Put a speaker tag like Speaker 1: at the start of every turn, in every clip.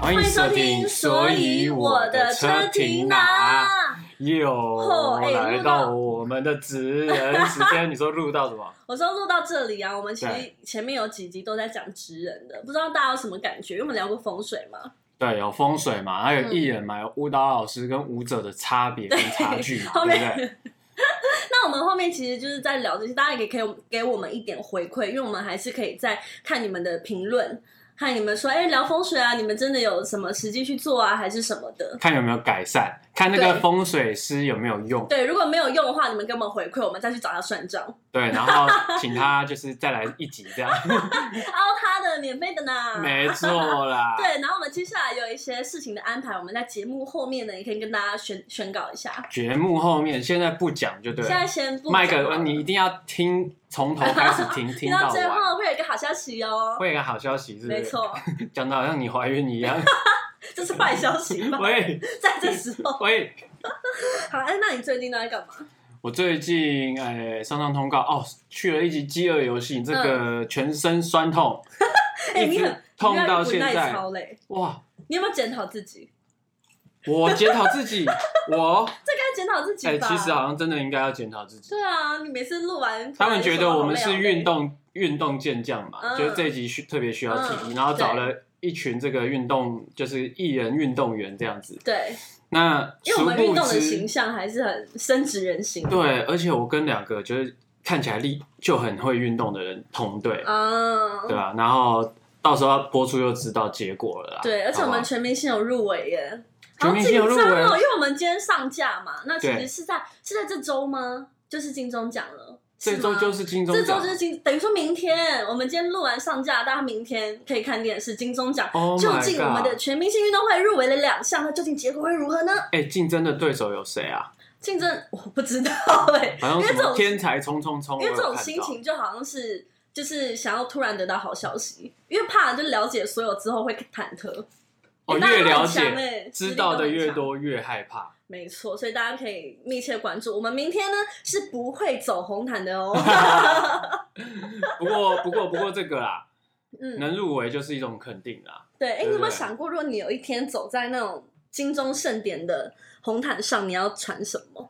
Speaker 1: 欢迎收听，所以我的车停哪？又
Speaker 2: 哎
Speaker 1: 来
Speaker 2: 录
Speaker 1: 到
Speaker 2: 到
Speaker 1: 我们的职人时间，你说录到什么？
Speaker 2: 我说录到这里啊，我们其实
Speaker 1: 对
Speaker 2: 前面有几集都在讲职人的，不知道大家有什么感觉？因为我们聊过风水嘛，
Speaker 1: 对，有风水嘛，还有
Speaker 2: 嗯
Speaker 1: 艺人嘛，有舞蹈老师跟舞者的差别跟差距嘛，
Speaker 2: 后
Speaker 1: 对
Speaker 2: 面
Speaker 1: 不对？
Speaker 2: 那我们后面其实就是在聊这些，大家也可以给我们一点回馈，因为我们还是可以再看你们的评论，看你们说，哎、聊风水啊，你们真的有什么实际去做啊，还是什么的？
Speaker 1: 看有没有改善，看那个
Speaker 2: 对
Speaker 1: 风水师有没有用，
Speaker 2: 对，如果没有用的话，你们给我们回馈，我们再去找他算账，
Speaker 1: 对，然后请他就是再来一集 这样，
Speaker 2: 凹哦他的免费的呢。
Speaker 1: 没错啦。
Speaker 2: 对，然后我们接下来有一些事情的安排，我们在节目后面呢，也可以跟大家宣宣告一下。
Speaker 1: 节目后面现在不讲就对
Speaker 2: 现
Speaker 1: 了
Speaker 2: 在，先不
Speaker 1: 麦
Speaker 2: 讲
Speaker 1: 克，
Speaker 2: 了
Speaker 1: 你一定要听从头开始听， 听
Speaker 2: 听
Speaker 1: 到
Speaker 2: 到最
Speaker 1: 完。
Speaker 2: 后会有一个好消息哦。
Speaker 1: 会有一个好消息是不是？
Speaker 2: 没，错，
Speaker 1: 讲的好像你怀孕一样。
Speaker 2: 这是坏消息吧？
Speaker 1: 喂
Speaker 2: 在这时候，
Speaker 1: 喂，
Speaker 2: 好，哎，那你最近都在干嘛？
Speaker 1: 我最近呃上上通告哦，去了一集饥饿游戏，这个全身酸痛，
Speaker 2: 嗯 哎，
Speaker 1: 一
Speaker 2: 你
Speaker 1: 直
Speaker 2: 很
Speaker 1: 痛
Speaker 2: 你
Speaker 1: 到
Speaker 2: 很
Speaker 1: 现
Speaker 2: 不耐
Speaker 1: 在
Speaker 2: 操嘞，
Speaker 1: 哇！
Speaker 2: 你有没有检讨自己？
Speaker 1: 我检讨自 己，我
Speaker 2: 这该检讨自己
Speaker 1: 哎、
Speaker 2: 吧？
Speaker 1: 其实好像真的应该要检讨自己。
Speaker 2: 对啊，你每次录完，
Speaker 1: 他们觉得我们
Speaker 2: 哦
Speaker 1: 是运
Speaker 2: 动，
Speaker 1: 动运动健将嘛，
Speaker 2: 嗯
Speaker 1: 觉得这一集需特别需要提，
Speaker 2: 嗯
Speaker 1: 然后找了一群这个运动就是艺人运动员这样子。
Speaker 2: 对，
Speaker 1: 那
Speaker 2: 因为我
Speaker 1: 殊
Speaker 2: 们运
Speaker 1: 不
Speaker 2: 动的
Speaker 1: 知
Speaker 2: 形，象还是很深植人心。
Speaker 1: 对，而且我跟两个就是看起来力就很会运动的人同队，
Speaker 2: 啊，
Speaker 1: 对吧、然后到时候播出就知道结果了啦。
Speaker 2: 对，而且
Speaker 1: 好
Speaker 2: 我
Speaker 1: 不好
Speaker 2: 们全明星有入围耶，
Speaker 1: 哦全
Speaker 2: 好
Speaker 1: 明
Speaker 2: 紧
Speaker 1: 星有
Speaker 2: 张
Speaker 1: 入围
Speaker 2: 哦，因为我们今天上架嘛，那其
Speaker 1: 对
Speaker 2: 实是在是在这周吗？就是金钟奖了，
Speaker 1: 这周
Speaker 2: 吗
Speaker 1: 就是金钟
Speaker 2: 这
Speaker 1: 奖
Speaker 2: 周就是金，等于说明天我们今天录完上架，大家明天可以看电视金钟奖。
Speaker 1: ，Oh
Speaker 2: 究
Speaker 1: my
Speaker 2: 竟我们的
Speaker 1: God
Speaker 2: 全明星运动会入围了两项，那究竟结果会如何呢？
Speaker 1: 哎，竞争的对手有谁啊？
Speaker 2: 竞争我不知道 哎、
Speaker 1: 好像
Speaker 2: 因
Speaker 1: 什
Speaker 2: 为这
Speaker 1: 么
Speaker 2: 种
Speaker 1: 天才冲冲冲，
Speaker 2: 因为这
Speaker 1: 我有
Speaker 2: 种
Speaker 1: 看
Speaker 2: 心
Speaker 1: 到
Speaker 2: 情就好像是就是想要突然得到好消息，因为怕就了解所有之后会忐忑。欸
Speaker 1: 哦，
Speaker 2: 哎大家都
Speaker 1: 越了
Speaker 2: 很强
Speaker 1: 解
Speaker 2: 欸
Speaker 1: 知道的
Speaker 2: 实力都很
Speaker 1: 越
Speaker 2: 强
Speaker 1: 多越害怕。
Speaker 2: 没错，所以大家可以密切关注。我们明天呢是不会走红毯 的哦。
Speaker 1: 不过不过不过这个啦，
Speaker 2: 嗯，
Speaker 1: 能入围就是一种肯定啦。
Speaker 2: 对。哎、
Speaker 1: 对
Speaker 2: 你有没
Speaker 1: 对
Speaker 2: 有想过，如果你有一天走在那种金钟盛典的红毯上，你要穿什
Speaker 1: 哦
Speaker 2: 么，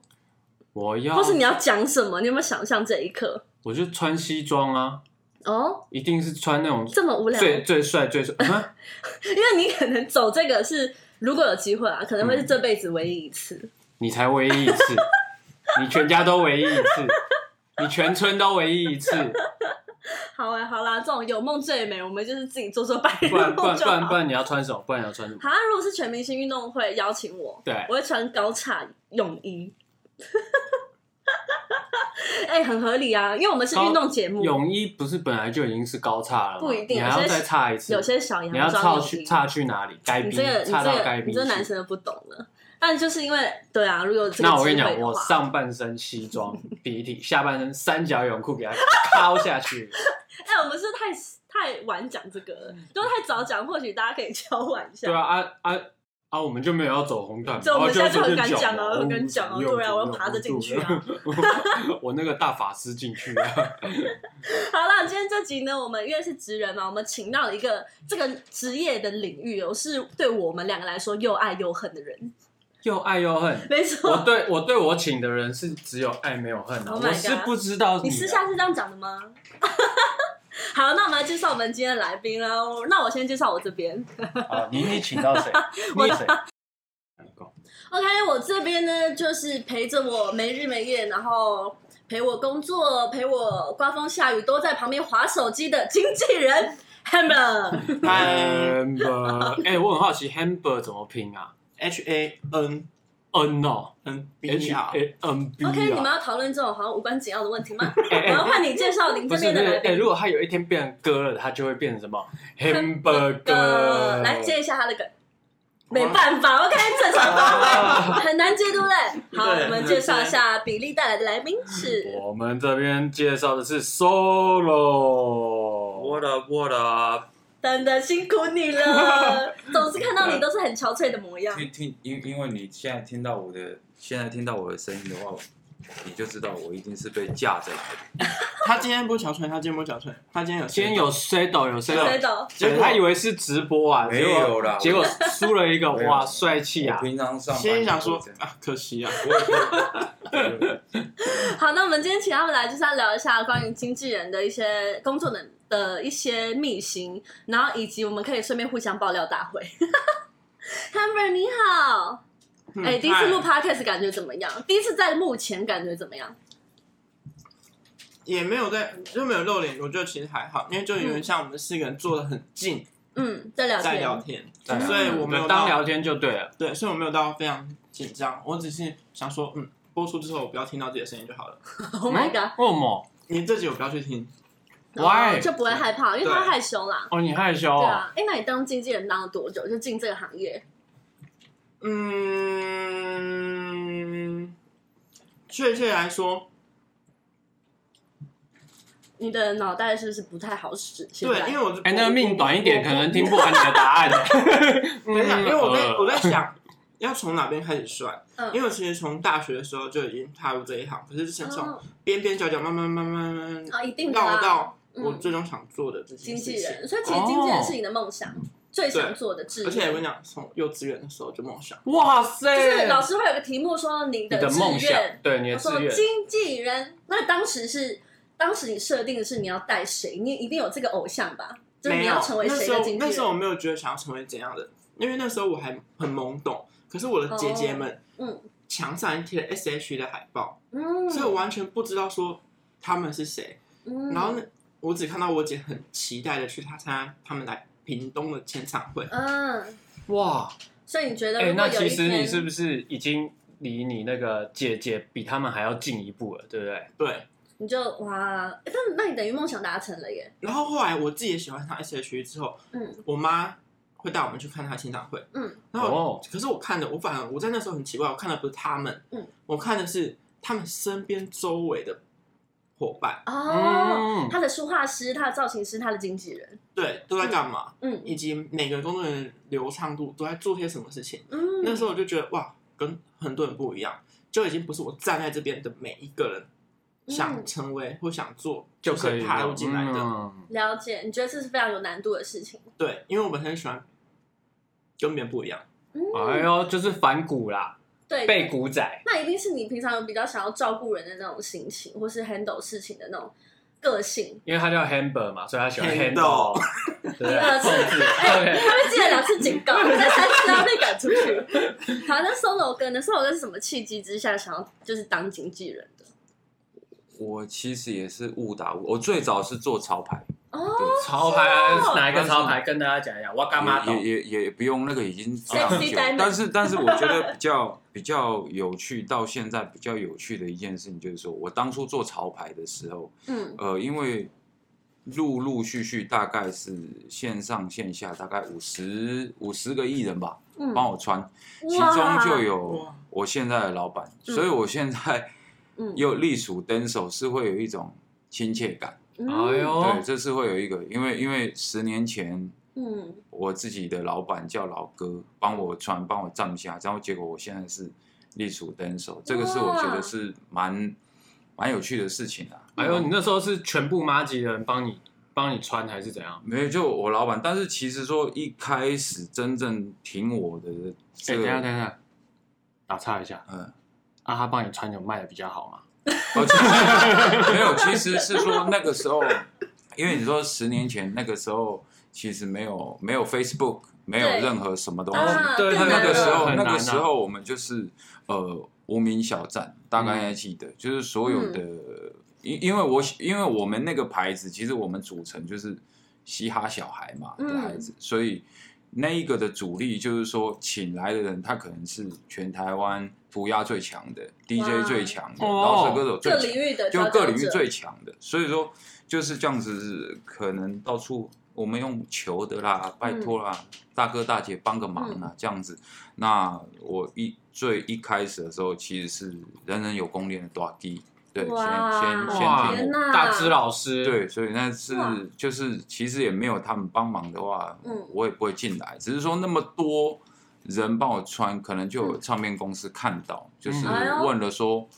Speaker 1: 我要
Speaker 2: 或，是你要讲什么？你有没有想象这一刻？
Speaker 1: 我就穿西装啊，
Speaker 2: 哦，
Speaker 1: 一定是穿那种
Speaker 2: 这么无聊，
Speaker 1: 最
Speaker 2: 因
Speaker 1: 最帅最帅，啊
Speaker 2: 为你可能走这个是，如果有机会啊，可能会
Speaker 1: 嗯
Speaker 2: 是这辈子唯一一次。
Speaker 1: 你才唯一一次，你全家都唯一一次，你全村都唯一一次，
Speaker 2: 好哎、好啦，这种有梦最美，我们就是自己做做白日
Speaker 1: 不然不
Speaker 2: 梦
Speaker 1: 然
Speaker 2: 就
Speaker 1: 不然不
Speaker 2: 好。
Speaker 1: 然你要穿什么？不然你要穿什么？
Speaker 2: 好啊，如果是全明星运动会邀请我，
Speaker 1: 对，
Speaker 2: 我会穿高叉泳衣。哎、很合理啊，因为我们是运动节目，
Speaker 1: 泳衣不是本来就已经是高叉了吗？
Speaker 2: 不一定
Speaker 1: 你
Speaker 2: 有
Speaker 1: 还要
Speaker 2: 些
Speaker 1: 再差一次。
Speaker 2: 有些小
Speaker 1: 你要
Speaker 2: 洋
Speaker 1: 差
Speaker 2: 装
Speaker 1: 去
Speaker 2: 泳衣。
Speaker 1: 差去哪里？该
Speaker 2: 你
Speaker 1: 逼
Speaker 2: 这个，你这
Speaker 1: 差到该
Speaker 2: 个，
Speaker 1: 逼
Speaker 2: 你这男
Speaker 1: 去。
Speaker 2: 生不懂了。但就是因为对啊，如果有这个
Speaker 1: 那我跟你
Speaker 2: 机会
Speaker 1: 讲，
Speaker 2: 的
Speaker 1: 我
Speaker 2: 话
Speaker 1: 上半身西装 笔挺，下半身三角泳裤给他 敲下去。
Speaker 2: 哎、我们是太太晚讲这个了，如果太早讲，或许大家可以交换一
Speaker 1: 嗯
Speaker 2: 下。
Speaker 1: 对啊啊啊啊！我们就没有要走红毯嘛，
Speaker 2: 这我们
Speaker 1: 哦
Speaker 2: 现在就
Speaker 1: 随
Speaker 2: 很
Speaker 1: 便
Speaker 2: 敢讲了
Speaker 1: 哦
Speaker 2: 很敢讲哦对啊我要爬着进去啊。
Speaker 1: 我不 敢我那个大法师进去啊，
Speaker 2: 好了，今天这集呢，我们因为是职人嘛，我们请到了一个这个职业的领域哦，是对我们两个来说又爱又恨的人。
Speaker 1: 又爱又恨。
Speaker 2: 没
Speaker 1: 我
Speaker 2: 错，
Speaker 1: 对我对我请的人是只有爱没有恨啊，
Speaker 2: Oh my
Speaker 1: 我是
Speaker 2: God
Speaker 1: 不知道
Speaker 2: 你
Speaker 1: 啊
Speaker 2: 私下是这样讲的吗？ 好，那我们来介绍我们今天的来宾啦。那我先介绍我这边。
Speaker 1: 啊，你你请到 谁？你谁？
Speaker 2: OK，我这边呢就是陪着我没日没夜，然后陪我工作、陪我刮风下雨，都在旁边划手机的经纪人 Hammer。
Speaker 1: Hamber，哎、我很好奇 Hamber 怎么拼啊
Speaker 3: H A N
Speaker 1: ？N 哦
Speaker 3: N
Speaker 4: E
Speaker 3: B
Speaker 1: ，H
Speaker 3: 你好，
Speaker 1: A N B 啊。
Speaker 2: OK，你们要讨论这种好像无关紧要的问题 吗？
Speaker 1: 哎
Speaker 2: 我
Speaker 1: 哎
Speaker 2: 要换你介绍您
Speaker 1: 不
Speaker 2: 这
Speaker 1: 是
Speaker 2: 边
Speaker 1: 不
Speaker 2: 的
Speaker 1: 是，
Speaker 2: 来
Speaker 1: 哎、
Speaker 2: 宾。
Speaker 1: 如果他有一天变成歌了，他就会变成什么
Speaker 2: 呃
Speaker 1: hamburger？
Speaker 2: 来接一下他的梗。没办法，OK，正常发挥，很难接，对不对？好，
Speaker 3: 对
Speaker 2: 我们介绍一下比利带来的来宾是，
Speaker 1: 我们这边介绍的是 solo，
Speaker 3: What up What up？
Speaker 2: 等等，辛苦你了。总是看到你都是很憔悴的模样，
Speaker 3: 听听，因因为你现在听到我的现在听到我的声音的话，你就知道我一定是被架着来的。
Speaker 4: 他今天不小穿，他今天不小穿，他今天有
Speaker 1: 今天有 shadow 有
Speaker 3: 对
Speaker 1: shadow，
Speaker 2: 谁懂？
Speaker 3: 结果
Speaker 1: 他以为是直播啊，
Speaker 3: 没
Speaker 1: 结果
Speaker 3: 有啦
Speaker 1: 结果输了一个
Speaker 3: 没有
Speaker 1: 哇帅气啊
Speaker 3: 我！平常上班
Speaker 4: 心里想说
Speaker 3: 都这样
Speaker 4: 啊，可惜啊，
Speaker 2: 好，那我们今天请他们来，就是要聊一下关于经纪人的一些工作的的一些秘辛，然后以及我们可以顺便互相爆料大会。Hamber 你好，
Speaker 4: 嗯
Speaker 2: 哎、第一次录
Speaker 4: 嗨
Speaker 2: podcast 感觉怎么样？第一次在幕前感觉怎么样？
Speaker 4: 也没有在就没有露脸，我觉得其实还好，因为就有点像我们四个人坐的很近
Speaker 2: 嗯，在聊
Speaker 4: 在
Speaker 2: 天，
Speaker 4: 聊天，
Speaker 3: 在聊天
Speaker 4: 所以我
Speaker 1: 我
Speaker 4: 没有
Speaker 1: 们
Speaker 4: 到
Speaker 1: 当聊天就对了，
Speaker 4: 对，所以我没有到非常紧张，我只是想说，嗯，播出之后我不要听到自己的声音就好了。
Speaker 2: Oh my god！、
Speaker 1: 嗯为什么？
Speaker 4: 你这集我不要去听，嗯
Speaker 2: 然
Speaker 1: Why？
Speaker 2: 后就不会害怕，因为他
Speaker 4: 对
Speaker 2: 害羞啦。
Speaker 1: 哦，你害羞
Speaker 2: 对
Speaker 1: 哦？
Speaker 2: 啊，哎、那你当经纪人当了多久？就进这个行业？
Speaker 4: 嗯，确切来说，
Speaker 2: 你的脑袋是不是不太好使？现在
Speaker 4: 对，因为我是
Speaker 1: 哎，那个命短一点，
Speaker 4: 我
Speaker 1: 可能听不完你的答案。
Speaker 4: 等一下，因为我在
Speaker 1: 呃
Speaker 4: 我在想，要从哪边开始算？
Speaker 2: 嗯
Speaker 4: 因为我其实从大学的时候就已经踏入这一行，可是是从
Speaker 2: 哦
Speaker 4: 边边角角慢慢慢慢慢慢
Speaker 2: 啊，一定的
Speaker 4: 绕
Speaker 2: 啦。
Speaker 4: 到
Speaker 2: 嗯
Speaker 4: 我最终想做的这
Speaker 2: 经
Speaker 4: 件事
Speaker 2: 纪
Speaker 4: 情。
Speaker 2: 人，所以其实经纪人是你的梦想，最想做的志愿。
Speaker 4: 而且我跟你哎讲，从幼稚园的时候就梦想，
Speaker 1: 哇
Speaker 2: 就是
Speaker 1: 塞！
Speaker 2: 老师会有个题目说你
Speaker 1: 你的
Speaker 2: 志
Speaker 1: 梦想
Speaker 2: 愿，，
Speaker 1: 对你的
Speaker 2: 他
Speaker 1: 志
Speaker 2: 说
Speaker 1: 愿，
Speaker 2: 经纪人。那当时是，当时你设定的是你要带谁？你一定有这个偶像吧？就是
Speaker 4: 没
Speaker 2: 你
Speaker 4: 有
Speaker 2: 要成为
Speaker 4: 那
Speaker 2: 谁
Speaker 4: 时候
Speaker 2: 的经纪
Speaker 4: 那时候我
Speaker 2: 人？
Speaker 4: 没有觉得想要成为怎样的，因为那时候我还很懵懂。可是我的姐姐们
Speaker 2: 嗯
Speaker 4: 墙上贴了 S H 的海报，
Speaker 2: 嗯，
Speaker 4: 所以我完全不知道说他们是谁。
Speaker 2: 嗯
Speaker 4: 然后呢，我只看到我姐很期待的去她参加他们来屏东的签唱会，
Speaker 2: 嗯，
Speaker 1: 哇！
Speaker 2: 所以你觉得
Speaker 1: 哎，
Speaker 2: 如果
Speaker 1: 那
Speaker 2: 有
Speaker 1: 其
Speaker 2: 一
Speaker 1: 实
Speaker 2: 天
Speaker 1: 你是不是已经离你那个姐姐比他们还要进一步了，对不对？
Speaker 4: 对。
Speaker 2: 你就哇，哎但那你等于梦想达成了耶。
Speaker 4: 然后后来我自己也喜欢上 S.H.E 之后，
Speaker 2: 嗯
Speaker 4: 我妈会带我们去看她签唱会，
Speaker 2: 嗯，
Speaker 4: 然后我、
Speaker 1: 哦
Speaker 4: 可是我看的，我反而我在那时候很奇怪，我看的不是他们，
Speaker 2: 嗯，
Speaker 4: 我看的是他们身边周围的伙伴，
Speaker 2: 哦，
Speaker 1: 嗯
Speaker 2: 他的书画师，他的造型师，他的经纪人，
Speaker 4: 对，都在干嘛，
Speaker 2: 嗯
Speaker 4: 以及每个工作人员的流畅度都在做些什么事情。
Speaker 2: 嗯，
Speaker 4: 那时候我就觉得哇，跟很多人不一样，就已经不是我站在这边的每一个人想
Speaker 2: 嗯
Speaker 4: 成为或想做，
Speaker 1: 就可
Speaker 4: 是
Speaker 1: 以
Speaker 4: 踏入进来的。
Speaker 1: 嗯
Speaker 2: 了解，你觉得这是非常有难度的事情。
Speaker 4: 对，因为我本身喜欢跟别人不一样，
Speaker 2: 嗯，
Speaker 1: 哎呦，就是反骨啦，
Speaker 2: 对，
Speaker 1: 背骨仔。
Speaker 2: 那一定是你平常有比较想要照顾人的那种心情，或是 handle 事情的那种个性。
Speaker 1: 因为他叫 Hamber 嘛，所以他喜欢
Speaker 4: Handle
Speaker 1: Handle，对不对
Speaker 2: 第 二次
Speaker 1: 控制
Speaker 2: 哎，他被记了两次警 告，但三次要被赶出去。好，那 solo 哥呢？solo 哥是什么契机之下想要就是当经纪人的？
Speaker 3: 我其实也是误打误，我最早是做潮牌，
Speaker 2: 哦，
Speaker 1: 潮牌是哪一个潮牌？跟大家讲一下，我干嘛懂
Speaker 3: 也？也也也不用那个已经非常
Speaker 2: Sexy
Speaker 3: 久
Speaker 2: diamond，
Speaker 3: 但是但是我觉得比较比较有趣，到现在比较有趣的一件事情就是说，我当初做潮牌的时候，
Speaker 2: 嗯
Speaker 3: 呃，因为陆陆续续大概是线上线下大概五十五十个艺人吧，
Speaker 2: 嗯，
Speaker 3: 帮我穿，其
Speaker 2: 哇
Speaker 3: 中就有
Speaker 4: 哇
Speaker 3: 我现在的老板，
Speaker 2: 嗯
Speaker 3: 所以我现在
Speaker 2: 嗯
Speaker 3: 又隶属 dancer 是会有一种亲切感，
Speaker 1: 哎
Speaker 3: 对，
Speaker 1: 呦，
Speaker 3: 这是会有一个，因为因为十年前
Speaker 2: 嗯
Speaker 3: 我自己的老板叫老哥，帮我穿，帮我站下，然后结果我现在是隶属登手，这个是我觉得是蛮蛮有趣的事情啊。
Speaker 1: 哎呦，你那时候是全部妈吉人帮你帮你穿还是怎样？
Speaker 3: 没有就我老板，但是其实说一开始真正挺我的
Speaker 1: 哎，
Speaker 3: 这
Speaker 1: 等一
Speaker 3: 个，
Speaker 1: 下等一下，打岔一下，
Speaker 3: 嗯，
Speaker 1: 啊，他帮你穿有卖的比较好吗？
Speaker 3: 哦，其实 没有，其实是说那个时候，因为你说十年前那个时候，其实没有没有 Facebook，没有
Speaker 2: 对
Speaker 3: 任何什么东西，
Speaker 2: 啊
Speaker 1: 对
Speaker 3: 那
Speaker 2: 更难
Speaker 3: 那个时候，
Speaker 1: 很
Speaker 3: 那
Speaker 1: 难啊
Speaker 3: 个时候我们就是呃无名小站，大
Speaker 1: 嗯
Speaker 3: 概还记得，就是所有的，
Speaker 2: 嗯
Speaker 3: 因因为我因为我们那个牌子，其实我们组成就是嘻哈小孩嘛
Speaker 2: 嗯
Speaker 3: 的孩子，所以那一个的主力就是说，请来的人他可能是全台湾涂鸦最强的
Speaker 2: 哇
Speaker 3: ，DJ 最强的，
Speaker 1: 哦
Speaker 3: 饶舌歌手最
Speaker 2: 各
Speaker 3: 强
Speaker 2: 领
Speaker 3: 的，
Speaker 2: 域的
Speaker 3: 就
Speaker 2: 佼
Speaker 3: 各
Speaker 2: 佼
Speaker 3: 领域
Speaker 2: 者
Speaker 3: 最强的，所以说就是这样子，可能到处我们用求的啦，拜托啦，
Speaker 2: 嗯
Speaker 3: 大哥大姐帮个忙啊，这样子。那我一最一开始的时候，其实是人人有功练的大弟，对，先
Speaker 2: 哇
Speaker 3: 先
Speaker 1: 哇
Speaker 3: 先
Speaker 2: 天
Speaker 3: 听
Speaker 2: 哪
Speaker 3: 我。
Speaker 1: 大只老师，，
Speaker 3: 对，所以那是
Speaker 2: 哇
Speaker 3: 就是其实也没有他们帮忙的话，
Speaker 2: 嗯
Speaker 3: 我也不会进来。只是说那么多人帮我穿，可能就有唱片公司看到，就是
Speaker 2: 嗯哎呦
Speaker 3: 问了说。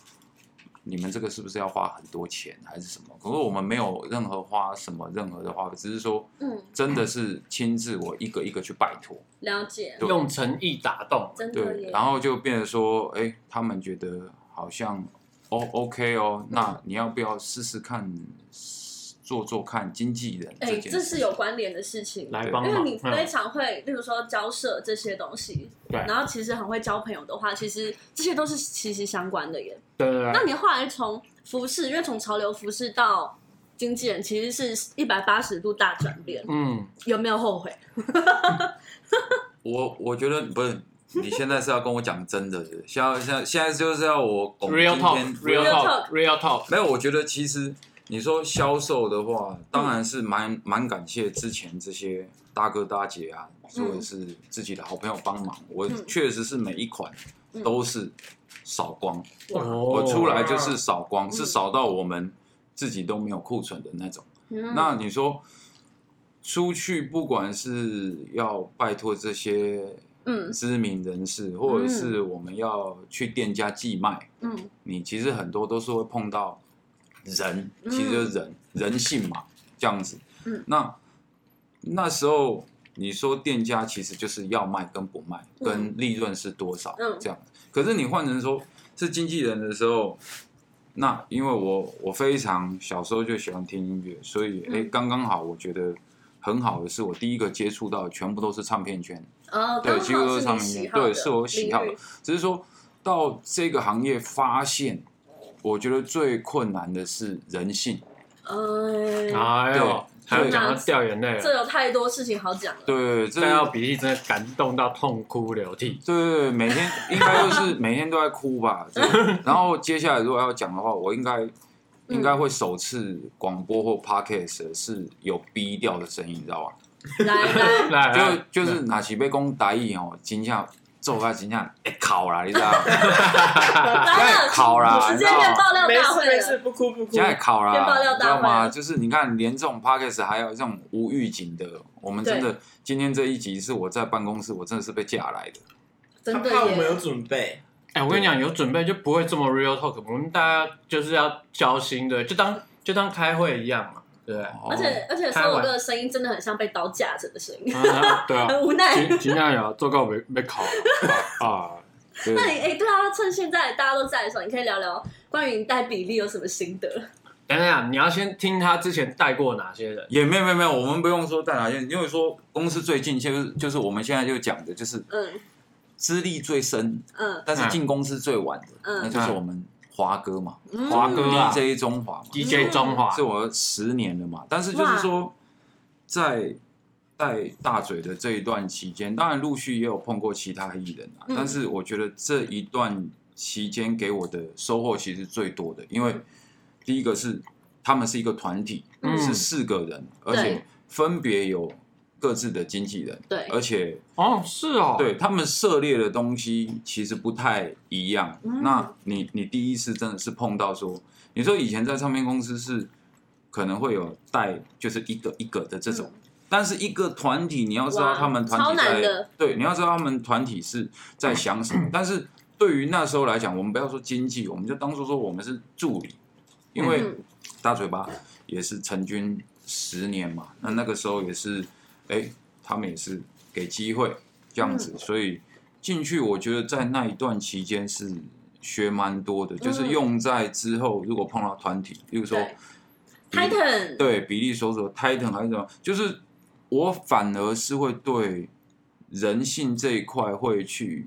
Speaker 3: 你们这个是不是要花很多钱还是什么？可是我们没有任何花什么任何的花费，只是说
Speaker 2: 嗯，
Speaker 3: 真的是亲自我一个一个去拜托，
Speaker 2: 了解，
Speaker 3: 对
Speaker 1: 用诚意打动，
Speaker 2: 真的
Speaker 3: 对，
Speaker 2: 耶。
Speaker 3: 然后就变成说，哎、他们觉得好像哦 OK 哦，那你要不要试试看，做做看经纪人
Speaker 2: 哎，
Speaker 3: 这件事？
Speaker 2: 这是有关联的事情。
Speaker 1: 来帮
Speaker 2: 因为
Speaker 1: 忙。
Speaker 2: 你非
Speaker 1: 嗯
Speaker 2: 常会，例如说交涉这些东西，
Speaker 1: 对
Speaker 2: 然后其实很会交朋友的话，其实这些都是息息相关的耶。
Speaker 1: 对对
Speaker 2: 那
Speaker 1: 对，
Speaker 2: 你后来从服饰，因为从潮流服饰到经纪人，其实是一百八十度大转变，
Speaker 1: 嗯，
Speaker 2: 有没有后悔？
Speaker 3: 我我觉得不是，你现在是要跟我讲真的，现在现在现在就是要我拱
Speaker 1: Real
Speaker 3: 今
Speaker 1: talk,
Speaker 3: 天
Speaker 1: real
Speaker 2: Real
Speaker 1: talk, real talk。
Speaker 3: 没有，我觉得其实你说销售的话，当然是蛮蛮感谢之前这些大哥大姐啊，
Speaker 2: 嗯
Speaker 3: 或者是自己的好朋友帮忙。我
Speaker 2: 嗯
Speaker 3: 确实是每一款
Speaker 2: 嗯
Speaker 3: 都是扫光，
Speaker 2: 哇，
Speaker 1: 哦
Speaker 3: 我出来就是
Speaker 4: 哇
Speaker 3: 扫光，
Speaker 2: 嗯
Speaker 3: 是扫到我们自己都没有库存的那种。
Speaker 2: 嗯
Speaker 3: 那你说出去，不管是要拜托这些
Speaker 2: 嗯
Speaker 3: 知名人士，或者是我们要去店家寄卖，
Speaker 2: 嗯
Speaker 3: 你其实很多都是会碰到人，
Speaker 2: 嗯
Speaker 3: 其实就是人、人性嘛，这样子。
Speaker 2: 嗯
Speaker 3: 那那时候你说店家其实就是要卖跟不卖，
Speaker 2: 嗯
Speaker 3: 跟利润是多少、
Speaker 2: 嗯
Speaker 3: 这样。可是你换成说是经纪人的时候，那因为我我非常小时候就喜欢听音乐，所以
Speaker 2: 嗯
Speaker 3: 诶刚刚好，我觉得很好的是我第一个接触到的全部都是唱片圈，
Speaker 2: 哦，
Speaker 3: 对
Speaker 2: 刚
Speaker 3: 几乎
Speaker 2: 好
Speaker 3: 都
Speaker 2: 是
Speaker 3: 上
Speaker 2: 你
Speaker 3: 面
Speaker 2: 喜好的
Speaker 3: 对，是我喜好
Speaker 2: 领
Speaker 3: 的
Speaker 2: 域。
Speaker 3: 只是说到这个行业发现，我觉得最困难的是人性。
Speaker 2: 呃，
Speaker 1: 哎呦，还有讲到掉眼泪
Speaker 2: 这
Speaker 1: 了，
Speaker 2: 有太多事情好讲了。
Speaker 3: 对，这
Speaker 1: 这要比利真的感动到痛哭流 涕。
Speaker 3: 对对对，每天应该就是每天都在哭吧。这个然后接下来如果要讲的话，我应该
Speaker 2: 嗯
Speaker 3: 应该会首次广播或 podcast 是有逼调的声音，你知道吧？
Speaker 2: 来 来，
Speaker 1: 来，来
Speaker 3: 就就是拿起被公打义哦，惊吓做下惊吓，哎考啦，你知道吗？
Speaker 2: 来
Speaker 3: 在考啦
Speaker 2: 直接变爆料
Speaker 4: 没
Speaker 2: 大
Speaker 4: 事
Speaker 2: 会
Speaker 4: 没事，
Speaker 2: 了。
Speaker 4: 不哭不哭
Speaker 3: 现。在考啦，
Speaker 2: 变爆料
Speaker 3: 你知道
Speaker 2: 大会
Speaker 3: 吗？
Speaker 2: 了
Speaker 3: 就是你看，连这种 podcast 还有这种无预警的，我们真的今天这一集是我在办公室，我真的是被架来的。
Speaker 4: 他
Speaker 2: 真的
Speaker 4: 怕我
Speaker 3: 哦
Speaker 4: 们有
Speaker 2: 耶，
Speaker 4: 准备，
Speaker 1: 哎，我跟你讲，有准备就不会这么 real talk。我们大家就是要交心的，就当就当开会一样嘛，对不对？
Speaker 2: 而
Speaker 3: 哦
Speaker 2: 且而且，
Speaker 1: 开
Speaker 2: 所
Speaker 1: 玩
Speaker 2: 有哥的声音真的很像被刀架着的声音，
Speaker 1: 啊 对啊，
Speaker 2: 很无奈。
Speaker 1: 尽尽量有做够被被考啊。
Speaker 3: 对
Speaker 2: 那你哎、对啊，趁现在大家都在的时候，你可以聊聊关于你带比例有什么心得？
Speaker 1: 等等啊，你要先听他之前带过哪些人，
Speaker 3: 也没有没有没有，我们不用说在哪线，因为说公司最近就是就是我们现在就讲的，就是
Speaker 2: 嗯
Speaker 3: 资历最深，
Speaker 2: 嗯
Speaker 3: 但是进公司最晚的，
Speaker 2: 嗯
Speaker 3: 那就是我们华哥嘛，
Speaker 2: 嗯，
Speaker 1: 华哥啊
Speaker 3: DJ 中华嘛，
Speaker 1: ，DJ 中华
Speaker 3: 嗯是我十年了嘛。但是就是说，在在大嘴的这一段期间，当然陆续也有碰过其他艺人啊，
Speaker 2: 嗯
Speaker 3: 但是我觉得这一段期间给我的收获其实最多的，因为
Speaker 2: 嗯
Speaker 3: 第一个是他们是一个团体，
Speaker 1: 嗯
Speaker 3: 是四个人，而
Speaker 2: 对
Speaker 3: 且分别有各自的经纪人，
Speaker 2: 对，
Speaker 3: 而且
Speaker 1: 哦，是哦，
Speaker 3: 对他们涉猎的东西其实不太一样。
Speaker 2: 嗯
Speaker 3: 那你你第一次真的是碰到说，你说以前在唱片公司是可能会有带，就是一个一个的这种，但是一个团体你要知道
Speaker 2: 哇
Speaker 3: 他们
Speaker 2: 嗯超
Speaker 3: 团体
Speaker 2: 难
Speaker 3: 在
Speaker 2: 的
Speaker 3: 对，你要知道他们团体是在想什么。 但是对于那时候来讲，我们不要说经济，我们就当做说我们是助理，因为。
Speaker 2: 嗯
Speaker 3: 大嘴巴也是成军十年嘛，那那个时候也是，哎、他们也是给机会这样子，所以进去我觉得在那一段期间是学蛮多的，就是用在之后如果碰到团体，例如说
Speaker 2: 对，Titan，
Speaker 3: 对比利所说 Titan 还是什么，就是我反而是会对人性这一块会去，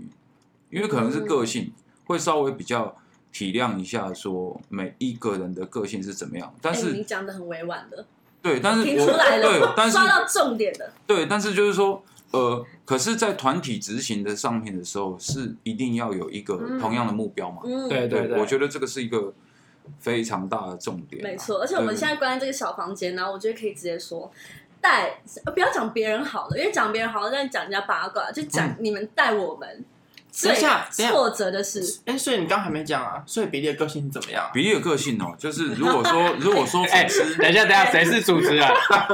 Speaker 3: 因为可能是个性，会稍微比较体谅一下，说每一个人的个性是怎么样。但
Speaker 2: 哎
Speaker 3: 是、
Speaker 2: 你讲的很委婉的，
Speaker 3: 对，但是
Speaker 2: 听
Speaker 3: 我
Speaker 2: 出来
Speaker 3: 对
Speaker 2: 了，，
Speaker 3: 但是
Speaker 2: 抓到重点了，
Speaker 3: 对，但是就是说，呃，可是，在团体执行的上面的时候，是一定要有一个
Speaker 2: 嗯
Speaker 3: 同样的目标嘛？
Speaker 2: 嗯，
Speaker 1: 对
Speaker 3: 对
Speaker 1: 对
Speaker 3: 我觉得这个是一个非常大的重点啊、
Speaker 2: 没错。而且我们
Speaker 3: 对
Speaker 2: 现在关在这个小房间呢，我觉得可以直接说。带呃不要讲别人好了，因为讲别人好像在讲人家八卦，就
Speaker 3: 嗯
Speaker 2: 讲你们带我们最
Speaker 4: 等一下等一下
Speaker 2: 挫折的事。
Speaker 4: 哎，所以你刚还没讲啊，所以比利的个性是怎么样啊？
Speaker 3: 比利的个性哦，就是如果说如果说
Speaker 1: 哎
Speaker 3: 粉丝，
Speaker 1: 等一下，等一下，谁是主持 人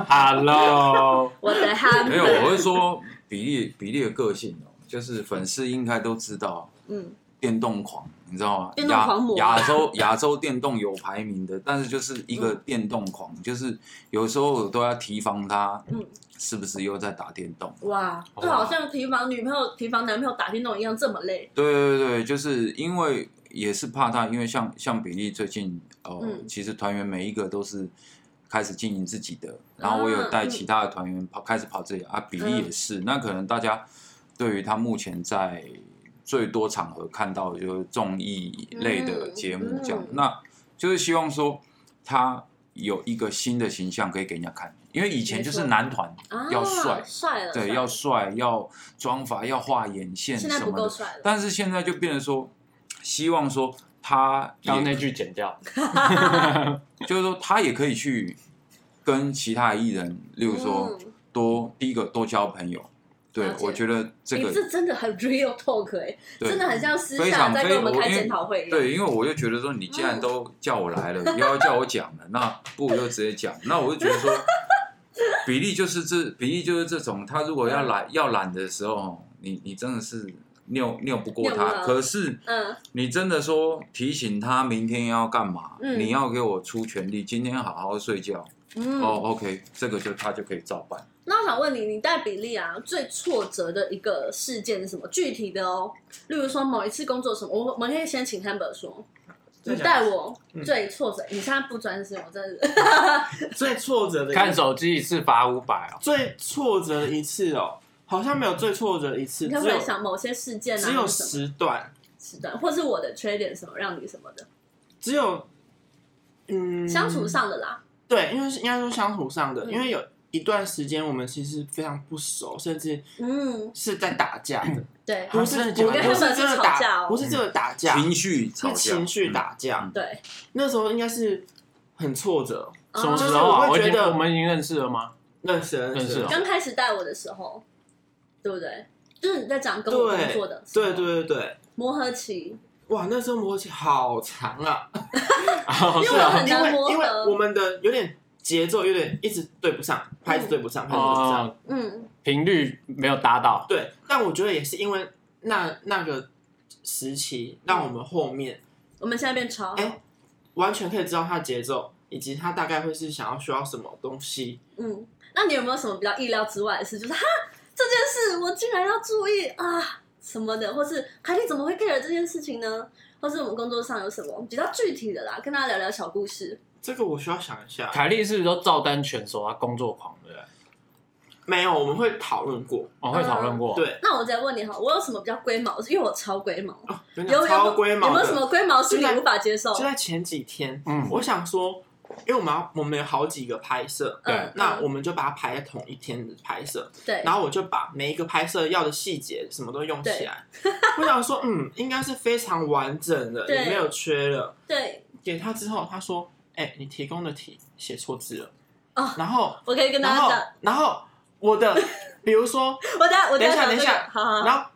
Speaker 1: ？Hello，
Speaker 2: 我的 h a
Speaker 1: 哎
Speaker 3: 没有，我会说比利比利的个性哦，就是粉丝应该都知道
Speaker 2: 嗯，
Speaker 3: 电动狂，你知道吗？
Speaker 2: 电动狂魔
Speaker 3: 亚亚洲亚洲电动有排名的，但是就是一
Speaker 2: 嗯
Speaker 3: 个电动狂，就是有时候我都要提防他，
Speaker 2: 嗯
Speaker 3: 是不是又在打电动？
Speaker 2: 哇，
Speaker 3: 哇
Speaker 2: 就好像提防女朋友、提防男朋友打电动一样这么累。
Speaker 3: 对对对，就是因为也是怕他，因为像像比利最近哦，
Speaker 2: 嗯
Speaker 3: 其实团员每一个都是开始经营自己的，然后我有带
Speaker 2: 嗯
Speaker 3: 其他的团员跑、开始跑这里啊，比利
Speaker 2: 嗯
Speaker 3: 也是，那可能大家对于他目前在最多场合看到的就是综艺类的
Speaker 2: 嗯
Speaker 3: 节目这样，
Speaker 2: 嗯
Speaker 3: 那就是希望说他有一个新的形象可以给人家看，因为以前就
Speaker 2: 没
Speaker 3: 是
Speaker 2: 错
Speaker 3: 男团
Speaker 2: 啊，
Speaker 3: 要帅
Speaker 2: 帅了，
Speaker 3: 对
Speaker 2: 帅
Speaker 3: 要
Speaker 2: 了
Speaker 3: 帅要妆发要画眼线
Speaker 2: 现在
Speaker 3: 什
Speaker 2: 不
Speaker 3: 么
Speaker 2: 够
Speaker 3: 的。
Speaker 2: 帅了。
Speaker 3: 但是现在就变成说，希望说他也
Speaker 1: 刚刚那句剪掉，
Speaker 3: 就是说他也可以去跟其他艺人，例如说
Speaker 2: 嗯
Speaker 3: 多第一个多交朋友。对
Speaker 2: 了，解
Speaker 3: 我觉得这
Speaker 2: 你
Speaker 3: 个
Speaker 2: 这真的很 real talk 哎，
Speaker 3: 对
Speaker 2: 真的很像私
Speaker 3: 非
Speaker 2: 下
Speaker 3: 常
Speaker 2: 在跟我们
Speaker 3: 非
Speaker 2: 开
Speaker 3: 我
Speaker 2: 检讨会一样。
Speaker 3: 对，因为我就觉得说，你既然
Speaker 2: 嗯
Speaker 3: 都叫我来了，又要叫我讲了，那不如就直接讲。那我就觉 得说，比例就是这比例就是这种，他如
Speaker 2: 嗯
Speaker 3: 果要懒要懒的时候，你你真的是拗拗不过
Speaker 2: 拗不
Speaker 3: 他。
Speaker 2: 到
Speaker 3: 可是
Speaker 2: 嗯，
Speaker 3: 你真的说提醒他明天要干嘛？
Speaker 2: 嗯
Speaker 3: 你要给我出全力，今天好好睡觉。
Speaker 2: 嗯
Speaker 3: 哦，OK，这个就他就可以照办。
Speaker 2: 那我想问你，你带比利啊，最挫折的一个事件是什么？具体的哦，例如说某一次工作什么，我我们可以先请 Amber 说。
Speaker 4: 再
Speaker 2: 你
Speaker 4: 讲
Speaker 2: 带我
Speaker 4: 嗯
Speaker 2: 最挫折，你现在不专心，我真的是
Speaker 4: 最挫折的一
Speaker 1: 看手机一次罚五百哦，
Speaker 4: 最挫折的一次哦，好像没有最挫折的一次，
Speaker 2: 你
Speaker 4: 只
Speaker 2: 会不会
Speaker 4: 有
Speaker 2: 想某些事件啊，
Speaker 4: 只有
Speaker 2: 或是什么
Speaker 4: 时段，
Speaker 2: 时段，或是我的缺点什么，让你什么的，
Speaker 4: 只有嗯
Speaker 2: 相处上的啦。
Speaker 4: 对，因为是应该说相处上的，
Speaker 2: 嗯
Speaker 4: 因为有一段时间我们其实非常不熟，甚至
Speaker 2: 嗯，
Speaker 4: 是在打架的，
Speaker 2: 对
Speaker 4: 不是
Speaker 1: 啊真的假
Speaker 4: 不
Speaker 1: 的
Speaker 4: 不
Speaker 2: 我跟
Speaker 4: 是真的
Speaker 2: 他们是吵架哦
Speaker 4: 打，不是真的打架，
Speaker 3: 情绪吵
Speaker 4: 是
Speaker 3: 架，
Speaker 4: 情绪打
Speaker 3: 嗯
Speaker 4: 架。
Speaker 2: 对，
Speaker 4: 那时候应该是很挫折，
Speaker 1: 什么
Speaker 2: 哦
Speaker 1: 时候啊？
Speaker 4: 就是我
Speaker 1: 我
Speaker 4: 会
Speaker 1: 已
Speaker 4: 觉
Speaker 1: 经
Speaker 4: 得
Speaker 1: 我们已经认识了吗？
Speaker 4: 认识认
Speaker 1: 认识
Speaker 4: 识
Speaker 1: 哦，
Speaker 2: 刚开始带我的时候，对不对？就是你在讲跟我工作的时候
Speaker 4: 对对对对，
Speaker 2: 磨合期，
Speaker 4: 哇，那时候磨合期好长啊。
Speaker 1: 哦
Speaker 2: 因
Speaker 1: 是
Speaker 2: 为我
Speaker 1: 啊
Speaker 2: 很，
Speaker 4: 因
Speaker 2: 难
Speaker 4: 为
Speaker 2: 磨合
Speaker 4: 因为我们的有点节奏有点一直对不上，拍子对不上，拍子对不上。
Speaker 1: 哦，
Speaker 2: 嗯，
Speaker 1: 频率没有达到，
Speaker 4: 对，但我觉得也是因为那那个时期，让我们后面
Speaker 2: 我们现在变超好，
Speaker 4: 哎完全可以知道他的节奏，以及他大概会是想要需要什么东西。
Speaker 2: 嗯，那你有没有什么比较意料之外的事？就是哈，这件事我竟然要注意啊什么的，或是凯莉怎么会 care 这件事情呢？或是我们工作上有什么比较具体的啦，跟大家聊聊小故事。
Speaker 4: 这个我需要想一下。
Speaker 1: 凯莉是不是都照单全收啊？工作狂对不对？
Speaker 4: 没有，我们会讨论过。
Speaker 1: 我会讨论过，
Speaker 4: 对，
Speaker 2: 那我再问你哈，我有什么比较龟毛？因为我超龟毛，
Speaker 4: 哦、真的
Speaker 2: 有有
Speaker 4: 超龟毛
Speaker 2: 有没
Speaker 4: 的。
Speaker 2: 有什么龟毛是你
Speaker 4: 就在
Speaker 2: 无法接受？
Speaker 4: 就在前几天，
Speaker 1: 嗯
Speaker 4: 我想说，因为我们要我们有好几个拍摄，
Speaker 1: 对
Speaker 2: 嗯，
Speaker 4: 那
Speaker 2: 嗯
Speaker 4: 我们就把它排在同一天的拍摄。
Speaker 2: 对，
Speaker 4: 然后我就把每一个拍摄要的细节什么都用起来。我想说，嗯，应该是非常完整的，
Speaker 2: 对
Speaker 4: 也没有缺了。
Speaker 2: 对，
Speaker 4: 给他之后，他说：“哎、你提供的题写错字了。”
Speaker 2: 哦
Speaker 4: 然后，
Speaker 2: 我可以跟大
Speaker 4: 然
Speaker 2: 家
Speaker 4: 后
Speaker 2: 讲，，
Speaker 4: 然后 我的，比如说，
Speaker 2: 我等下我
Speaker 4: 等一下
Speaker 2: 讲
Speaker 4: 等一
Speaker 2: 这
Speaker 4: 下
Speaker 2: 个好好好，
Speaker 4: 然后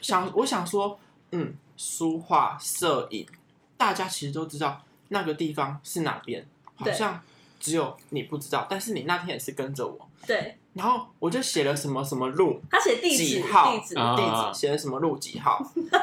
Speaker 4: 想，我想说，嗯，书画、摄影，大家其实都知道那个地方是哪边，好
Speaker 2: 对
Speaker 4: 像只有你不知道，但是你那天也是跟着我。
Speaker 2: 对
Speaker 4: 然后我就写了什么什么路，
Speaker 2: 他写地址
Speaker 4: 几号
Speaker 2: 地址，
Speaker 1: 啊
Speaker 4: 地址写什么路几 号，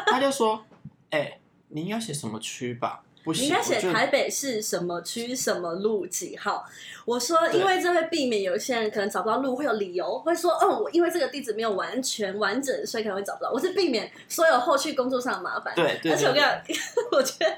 Speaker 4: 他就说：“哎、你应该写什么区吧？不
Speaker 2: 你应
Speaker 4: 行，
Speaker 2: 该
Speaker 4: 我
Speaker 2: 写
Speaker 4: 觉得
Speaker 2: 台北市什么区什么路几号。我说，因为这会避免有一些人可能找不到路，会有理由，会说，哦，我因为这个地址没有完全完整，所以可能会找不到。我是避免所有后续工作上的麻烦。
Speaker 4: 对对
Speaker 2: 而且我
Speaker 4: 对
Speaker 2: 跟你讲， 我觉得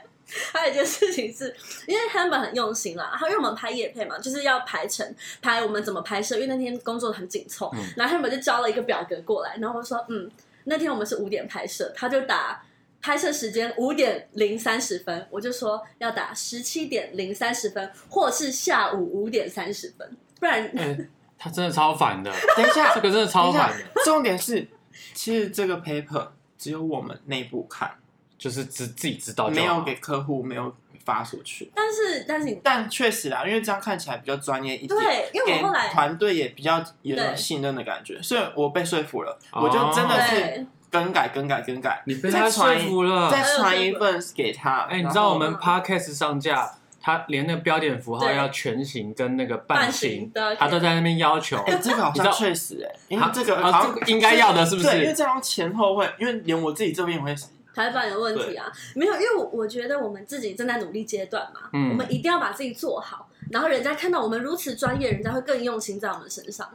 Speaker 2: 还有一件事情是，因为他们很用心啦，他因为我们拍夜配嘛，就是要排成拍我们怎么拍摄，因为那天工作很紧凑，
Speaker 3: 嗯
Speaker 2: 然后他们就交了一个表格过来，然后我说，嗯，那天我们是五点拍摄，他就打。拍摄时间五点零三十分，我就说要打十七点零三十分，或是下午五点三十分，不然
Speaker 1: 哎，他真的超烦的，
Speaker 4: 等一下，
Speaker 1: 这个真的
Speaker 4: 等
Speaker 1: 超
Speaker 4: 一下
Speaker 1: 烦的，，
Speaker 4: 重点是，其实这个 paper 只有我们内部看，
Speaker 1: 就是自自己知道就
Speaker 4: 没
Speaker 1: 好啊
Speaker 4: 有给客户，没有发出去。
Speaker 2: 但是但是你
Speaker 4: 但确实啦，因为这样看起来比较专业一点。
Speaker 2: 对，因为我
Speaker 4: 给
Speaker 2: 后来
Speaker 4: 团队也比较有
Speaker 2: 对
Speaker 4: 种信任的感觉，所以我被说服了，
Speaker 1: 哦
Speaker 4: 我就真的是
Speaker 2: 对
Speaker 4: 更改、更改、更改，
Speaker 1: 你被
Speaker 4: 再
Speaker 1: 他说
Speaker 4: 传一
Speaker 1: 服了。
Speaker 4: 再传一份给他。
Speaker 1: 哎，
Speaker 4: 然
Speaker 1: 你
Speaker 4: 后
Speaker 1: 知道我们 podcast 上架，他连那个标点符号
Speaker 2: 对
Speaker 1: 要全形跟那个
Speaker 2: 半
Speaker 1: 半
Speaker 2: 形
Speaker 1: 形
Speaker 2: 的，
Speaker 1: 他都在那边要求。
Speaker 4: 哎、这个好
Speaker 1: 你知道
Speaker 4: 像确实哎、因为
Speaker 1: 啊
Speaker 4: 这个
Speaker 1: 啊
Speaker 4: 好
Speaker 1: 这
Speaker 4: 像
Speaker 1: 个应该要的是不是
Speaker 4: 对，因为这样前后会，因为连我自己这边也会，
Speaker 2: 排版有问题啊，没有，因为我我觉得我们自己正在努力阶段嘛，
Speaker 1: 嗯
Speaker 2: 我们一定要把自己做好，然后人家看到我们如此专业，人家会更用心在我们身上，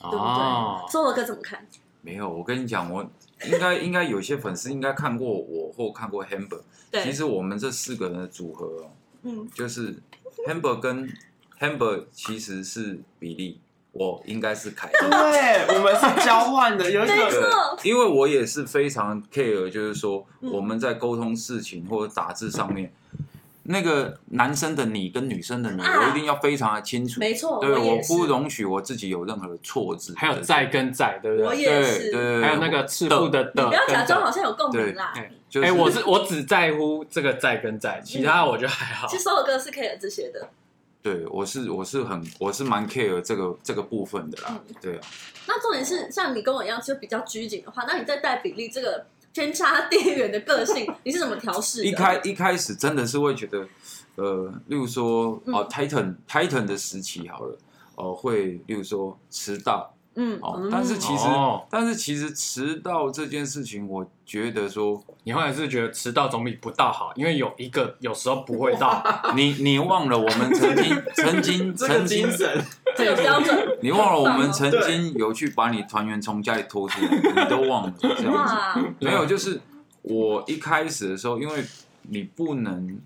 Speaker 2: 对不
Speaker 1: 哦
Speaker 2: 对？，周我哥怎么看？
Speaker 3: 没有，我跟你讲，我应该应该有些粉丝应该看过我或看过 Hamber。其
Speaker 2: 对，
Speaker 3: 实我们这四个人的组合哦，
Speaker 2: 嗯，
Speaker 3: 就是 Hamber 跟 Hamber 其实是比利，我应该是凯特。
Speaker 4: 对，我们是交换的，有一
Speaker 2: 没
Speaker 4: 个
Speaker 2: 错，
Speaker 3: 因为我也是非常 care，就是说
Speaker 2: 哦嗯
Speaker 3: 我们在沟通事情或者打字上面，那个男生的你跟女生的你，
Speaker 2: 啊
Speaker 3: 我一定要非常的清楚。
Speaker 2: 没错，
Speaker 3: 对，
Speaker 2: 我
Speaker 3: 我
Speaker 2: 也是
Speaker 3: 不容许我自己有任何的错字。
Speaker 1: 还有在跟在，对不
Speaker 2: 我
Speaker 1: 对？
Speaker 2: 也
Speaker 3: 对
Speaker 2: 是
Speaker 3: 对对，
Speaker 1: 还有那个次数的的，
Speaker 2: 不要假
Speaker 1: 跟
Speaker 2: 装
Speaker 1: 的
Speaker 2: 好像有共鸣啦。
Speaker 1: 哎
Speaker 3: 就是
Speaker 1: 哎，我是我只在乎这个在跟在，其他我觉得还好
Speaker 2: 其。实我哥是 care 这些的。
Speaker 3: 对，我是我是很我是蛮 care 这个这个部分的
Speaker 2: 嗯
Speaker 3: 啦，对啊，
Speaker 2: 那重点是，像你跟我一样就比较拘谨的话，那你在带比例这个天差地远的个 性，你是怎么调试的？
Speaker 3: 一开一开始真的是会觉得，呃，例如说
Speaker 2: 嗯
Speaker 3: 哦，Titan Titan 的时期好了，哦，会例如说迟到
Speaker 2: 嗯，
Speaker 3: 哦
Speaker 2: 嗯，
Speaker 3: 但是其实
Speaker 1: 哦
Speaker 3: 但是其实迟到这件事情，我觉得说
Speaker 1: 你后来是觉得迟到总比不到好，因为有一个有时候不会 到，
Speaker 3: 你你忘了我们曾经曾 经
Speaker 4: 这个
Speaker 3: 曾
Speaker 4: 精
Speaker 3: 经，
Speaker 4: 神，
Speaker 2: 这个标准
Speaker 3: 你忘了我
Speaker 2: 很棒
Speaker 3: 们
Speaker 2: 哦
Speaker 3: 曾经有去把你团员从家里拖出来，你都忘了这嗯样子。
Speaker 2: 哇，
Speaker 3: 没有，就是我一开始的时候，因为你不能，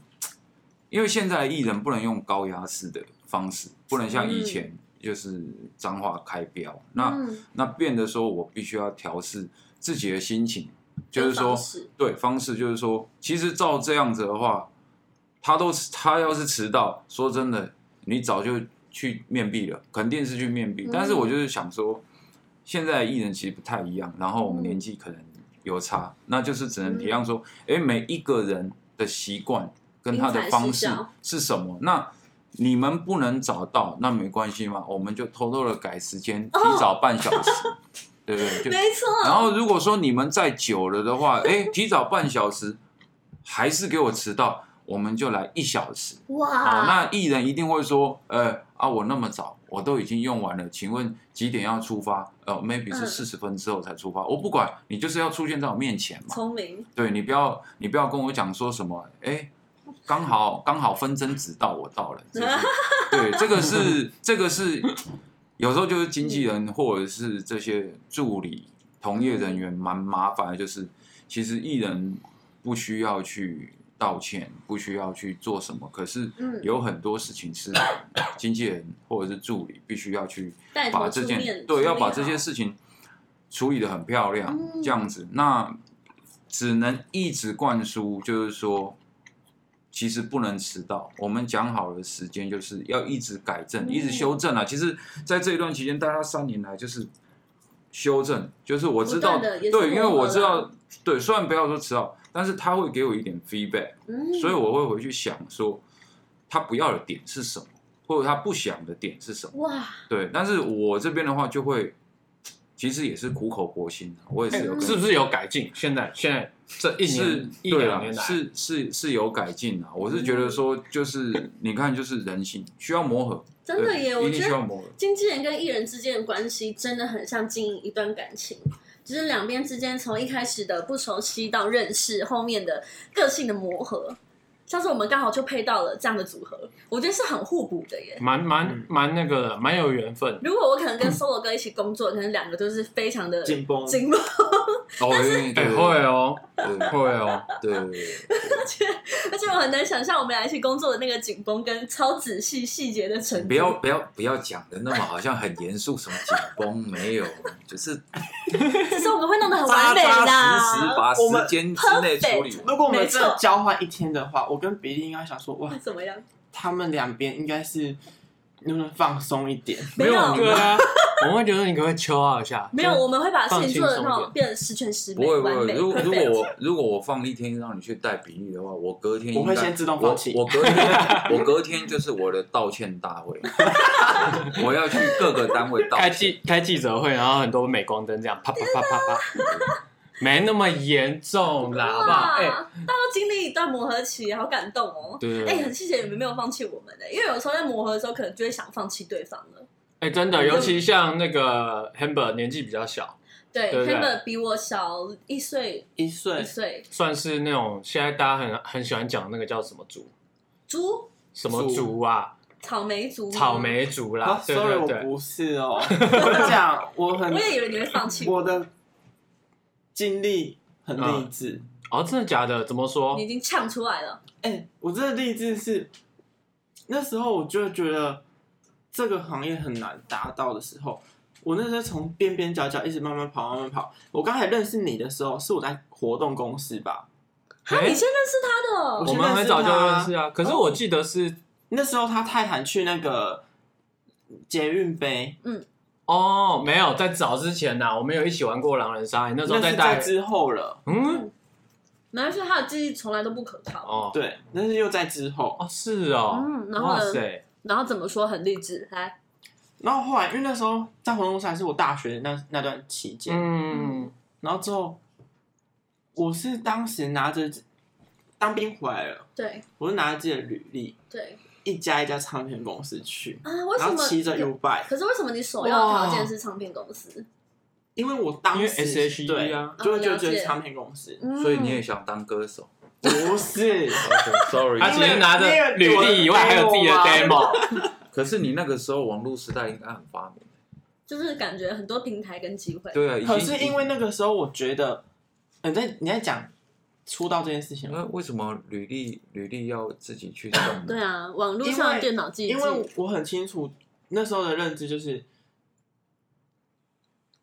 Speaker 3: 因为现在艺人不能用高压式的方式，不能像以
Speaker 4: 嗯
Speaker 3: 前就是脏话开标，那
Speaker 2: 嗯
Speaker 3: 那变得说我必须要调试自己的心情，就是
Speaker 2: 这个
Speaker 3: 说
Speaker 2: 方式
Speaker 3: 对方式，就是说，其实照这样子的话，他都他要是迟到，说真的，你早就去面壁了，肯定是去面壁。
Speaker 2: 嗯
Speaker 3: 但是我就是想说，现在的艺人其实不太一样，然后我们年纪可能有差，那就是只能体谅说，哎、每一个人的习惯跟他的方式
Speaker 2: 因材施教
Speaker 3: 是什么？那你们不能找到，那没关系嘛，我们就偷偷的改时间，提
Speaker 2: 哦
Speaker 3: 早半小时，对不对？ 就
Speaker 2: 没错，
Speaker 3: 然后如果说你们再久了的话，哎，提早半小时，还是给我迟到，我们就来一小时。啊，
Speaker 2: 哇，
Speaker 3: 那艺人一定会说，呃啊，我那么早，我都已经用完了，请问几点要出发？呃，maybe 是
Speaker 2: 嗯
Speaker 3: 四十分之后才出发，我不管，你就是要出现在我面前嘛。
Speaker 2: 聪明，
Speaker 3: 对你不要，你不要跟我讲说什么，哎，刚好刚好分针指到我到了，就是对，这个是这个是有时候就是经纪人或者是这些助理同业人员蛮麻烦的，就是其实艺人不需要去道歉，不需要去做什么，可是
Speaker 2: 嗯
Speaker 3: 有很多事情是经纪人或者是助理必须要去
Speaker 2: 带头
Speaker 3: 把这
Speaker 2: 出
Speaker 3: 件
Speaker 2: 面，
Speaker 3: 对要
Speaker 2: 处理
Speaker 3: 把
Speaker 2: 好
Speaker 3: 这些事情处理的很漂亮，
Speaker 2: 啊嗯
Speaker 3: 这样子那只能一直灌输，就是说。其实不能迟到，我们讲好了时间就是要一直改正，
Speaker 2: 嗯
Speaker 3: 一直修正啊。其实，在这一段期间，大家三年来就是修正，就是我知道
Speaker 2: 不断地也是
Speaker 3: 对，因为
Speaker 2: 磨合
Speaker 3: 我知道
Speaker 2: 啦
Speaker 3: 对，虽然不要说迟到，但是他会给我一点 feedback，
Speaker 2: 嗯，
Speaker 3: 所以我会回去想说，他不要的点是什么，或者他不想的点是什么。
Speaker 2: 哇，
Speaker 3: 对，但是我这边的话就会，其实也是苦口婆心、啊，我也是有跟、
Speaker 1: 嗯是不是有改进？现在现在这一
Speaker 3: 是
Speaker 1: 年一
Speaker 3: 对
Speaker 1: 两
Speaker 3: 啊，
Speaker 1: 年来，嗯
Speaker 3: 是是是有改进啊。我是觉得说，就是你看，就是人性需要磨合，
Speaker 2: 真的
Speaker 3: 对
Speaker 2: 耶，我
Speaker 3: 一定
Speaker 2: 觉
Speaker 3: 需要
Speaker 2: 得
Speaker 3: 磨合。
Speaker 2: 经纪人跟艺人之间的关系真的很像经营一段感情。就是两边之间从一开始的不熟悉到认识，后面的个性的磨合，像是我们刚好就配到了这样的组合，我觉得是很互补的耶。
Speaker 1: 蛮
Speaker 3: 嗯
Speaker 1: 蛮蛮那个的，蛮有缘分。
Speaker 2: 如果我可能跟 solo 哥一起工作，可能两个都是非常的
Speaker 4: 紧绷
Speaker 2: 紧绷，
Speaker 3: 哦，对
Speaker 1: 哎，
Speaker 3: 对
Speaker 1: 会哦，
Speaker 3: 对
Speaker 1: 会 哦，
Speaker 3: 对对，
Speaker 2: 而且我很难想象我们俩一起工作的那个紧绷跟超仔细细节的程度。
Speaker 3: 不要不要不要讲的那么好像很严肃，什么紧绷没有，就是
Speaker 2: 只是我们会弄得很
Speaker 3: 扎
Speaker 2: 完美
Speaker 3: 扎
Speaker 2: 啦。
Speaker 3: 实实把
Speaker 4: 我们
Speaker 3: 时间之内处理完。
Speaker 4: 如果我们
Speaker 2: 没错
Speaker 4: 真的交换一天的话，我跟比利应该想说，哇，
Speaker 2: 怎么样？
Speaker 4: 他们两边应该是能不能放松一点？
Speaker 2: 没有
Speaker 1: 对啊，我们会觉得你可不可以求傲一下？
Speaker 2: 没有，
Speaker 1: 就
Speaker 2: 我们会把事情做的
Speaker 1: 放轻松一
Speaker 2: 那种
Speaker 1: 点
Speaker 2: 变得十全十
Speaker 3: 不
Speaker 2: 美、
Speaker 3: 会不
Speaker 2: 完
Speaker 3: 会，
Speaker 2: 美。
Speaker 3: 如果如
Speaker 2: perfect
Speaker 3: 果我如果我放一天让你去带比例的话，我隔天应该
Speaker 4: 我会先自动放弃
Speaker 3: 我我隔天 我隔天就是我的道歉大 会，我要去各个单位道
Speaker 1: 开
Speaker 3: 歉。
Speaker 1: 记开记者会，然后很多镁光灯这样啪啪啪啪啪，没那么严重啦，好不好？
Speaker 2: 哇，
Speaker 1: 哎、
Speaker 2: 大家都经历一段磨合期，好感动哦。
Speaker 1: 对，
Speaker 2: 啊哎、
Speaker 1: 哎、
Speaker 2: 很谢谢你们没有放弃我们的、因为有时候在磨合的时候，可能就会想放弃对方了。
Speaker 1: 哎真的，尤其像那个 Amber 年纪比较小，
Speaker 2: 对
Speaker 1: 对不对
Speaker 2: 他们比我小一岁
Speaker 4: 一
Speaker 2: 一
Speaker 4: 岁
Speaker 2: 岁，
Speaker 1: 算是那种现在大家很很喜欢讲那个叫什么族，
Speaker 2: 猪
Speaker 1: 什么
Speaker 4: 族
Speaker 1: 族啊，
Speaker 2: 草莓族，
Speaker 1: 草。莓族啦，
Speaker 4: 啊
Speaker 1: 对
Speaker 4: ，sorry，
Speaker 1: 对
Speaker 4: 我
Speaker 1: 对，
Speaker 4: 不是 哦。我讲，我很
Speaker 2: 我也以为你会放弃，
Speaker 4: 我的经历很励志。
Speaker 1: 哦，真的假的？怎么说
Speaker 2: 你已？经呛出来了。
Speaker 4: 哎、
Speaker 1: 嗯
Speaker 4: 我真的励志是那时候我就觉得这个行业很难达到的时候，我那时候从边边角角一直慢慢跑，慢慢跑。我刚才认识你的时候，是我在活动公司吧？
Speaker 2: 哈，
Speaker 1: 哎
Speaker 2: 啊你先认识他的
Speaker 4: 我
Speaker 1: 我
Speaker 2: 哦，
Speaker 4: 先
Speaker 1: 们很早就
Speaker 4: 认识他
Speaker 1: 认识啊，可是我记得是
Speaker 4: 那时候他泰坦去那个捷运杯，
Speaker 1: 哦，没有在早之前呐、我们有一起玩过狼人杀，你那时候
Speaker 4: 那
Speaker 1: 在
Speaker 4: 是
Speaker 1: 带
Speaker 4: 在，之后了。
Speaker 1: 嗯，
Speaker 2: 难怪他的记忆从来都不可靠。
Speaker 1: 哦，
Speaker 4: 对，那是又在之后。
Speaker 1: 哦，是哦，
Speaker 2: 嗯然后
Speaker 1: 哇
Speaker 2: 呢
Speaker 1: 塞，
Speaker 2: 然后怎么说很励志？来，
Speaker 4: 然后后来，因为那时候在活动公司还是我大学那那段期间，
Speaker 1: 嗯，
Speaker 4: 然后之后，我是当时拿着当兵回来了，
Speaker 2: 对
Speaker 4: 我是拿着自己的履历，
Speaker 2: 对
Speaker 4: 一家一家唱片公司去，
Speaker 2: 啊，为什
Speaker 4: 然后
Speaker 2: 么？
Speaker 4: 骑着 U bike，
Speaker 2: 可是为什么你首要条件是唱片公司？
Speaker 4: 因为我当
Speaker 1: 因为
Speaker 4: 时
Speaker 1: SHE
Speaker 4: 对
Speaker 1: 啊
Speaker 4: 就会就
Speaker 2: 哦了解
Speaker 4: 觉得唱片 公司
Speaker 2: 嗯
Speaker 3: 所以你也想当歌手
Speaker 4: 不是，
Speaker 3: ？Sorry，
Speaker 1: 他只是拿
Speaker 4: 因
Speaker 1: 着
Speaker 4: 为
Speaker 1: 履历以外，还有自己的
Speaker 4: 我的
Speaker 1: demo，
Speaker 3: 可是你那个时候网络时代应该很发明，
Speaker 2: 就是感觉很多平台跟机会。
Speaker 3: 对啊，已经
Speaker 4: 可是因为那个时候我觉得，呃你在你在讲出道这件事情吗，
Speaker 3: 那为什么履历履历要自己去送呢？
Speaker 2: 对啊，网络上的电脑记忆，
Speaker 4: 因为我很清楚那时候的认知就是。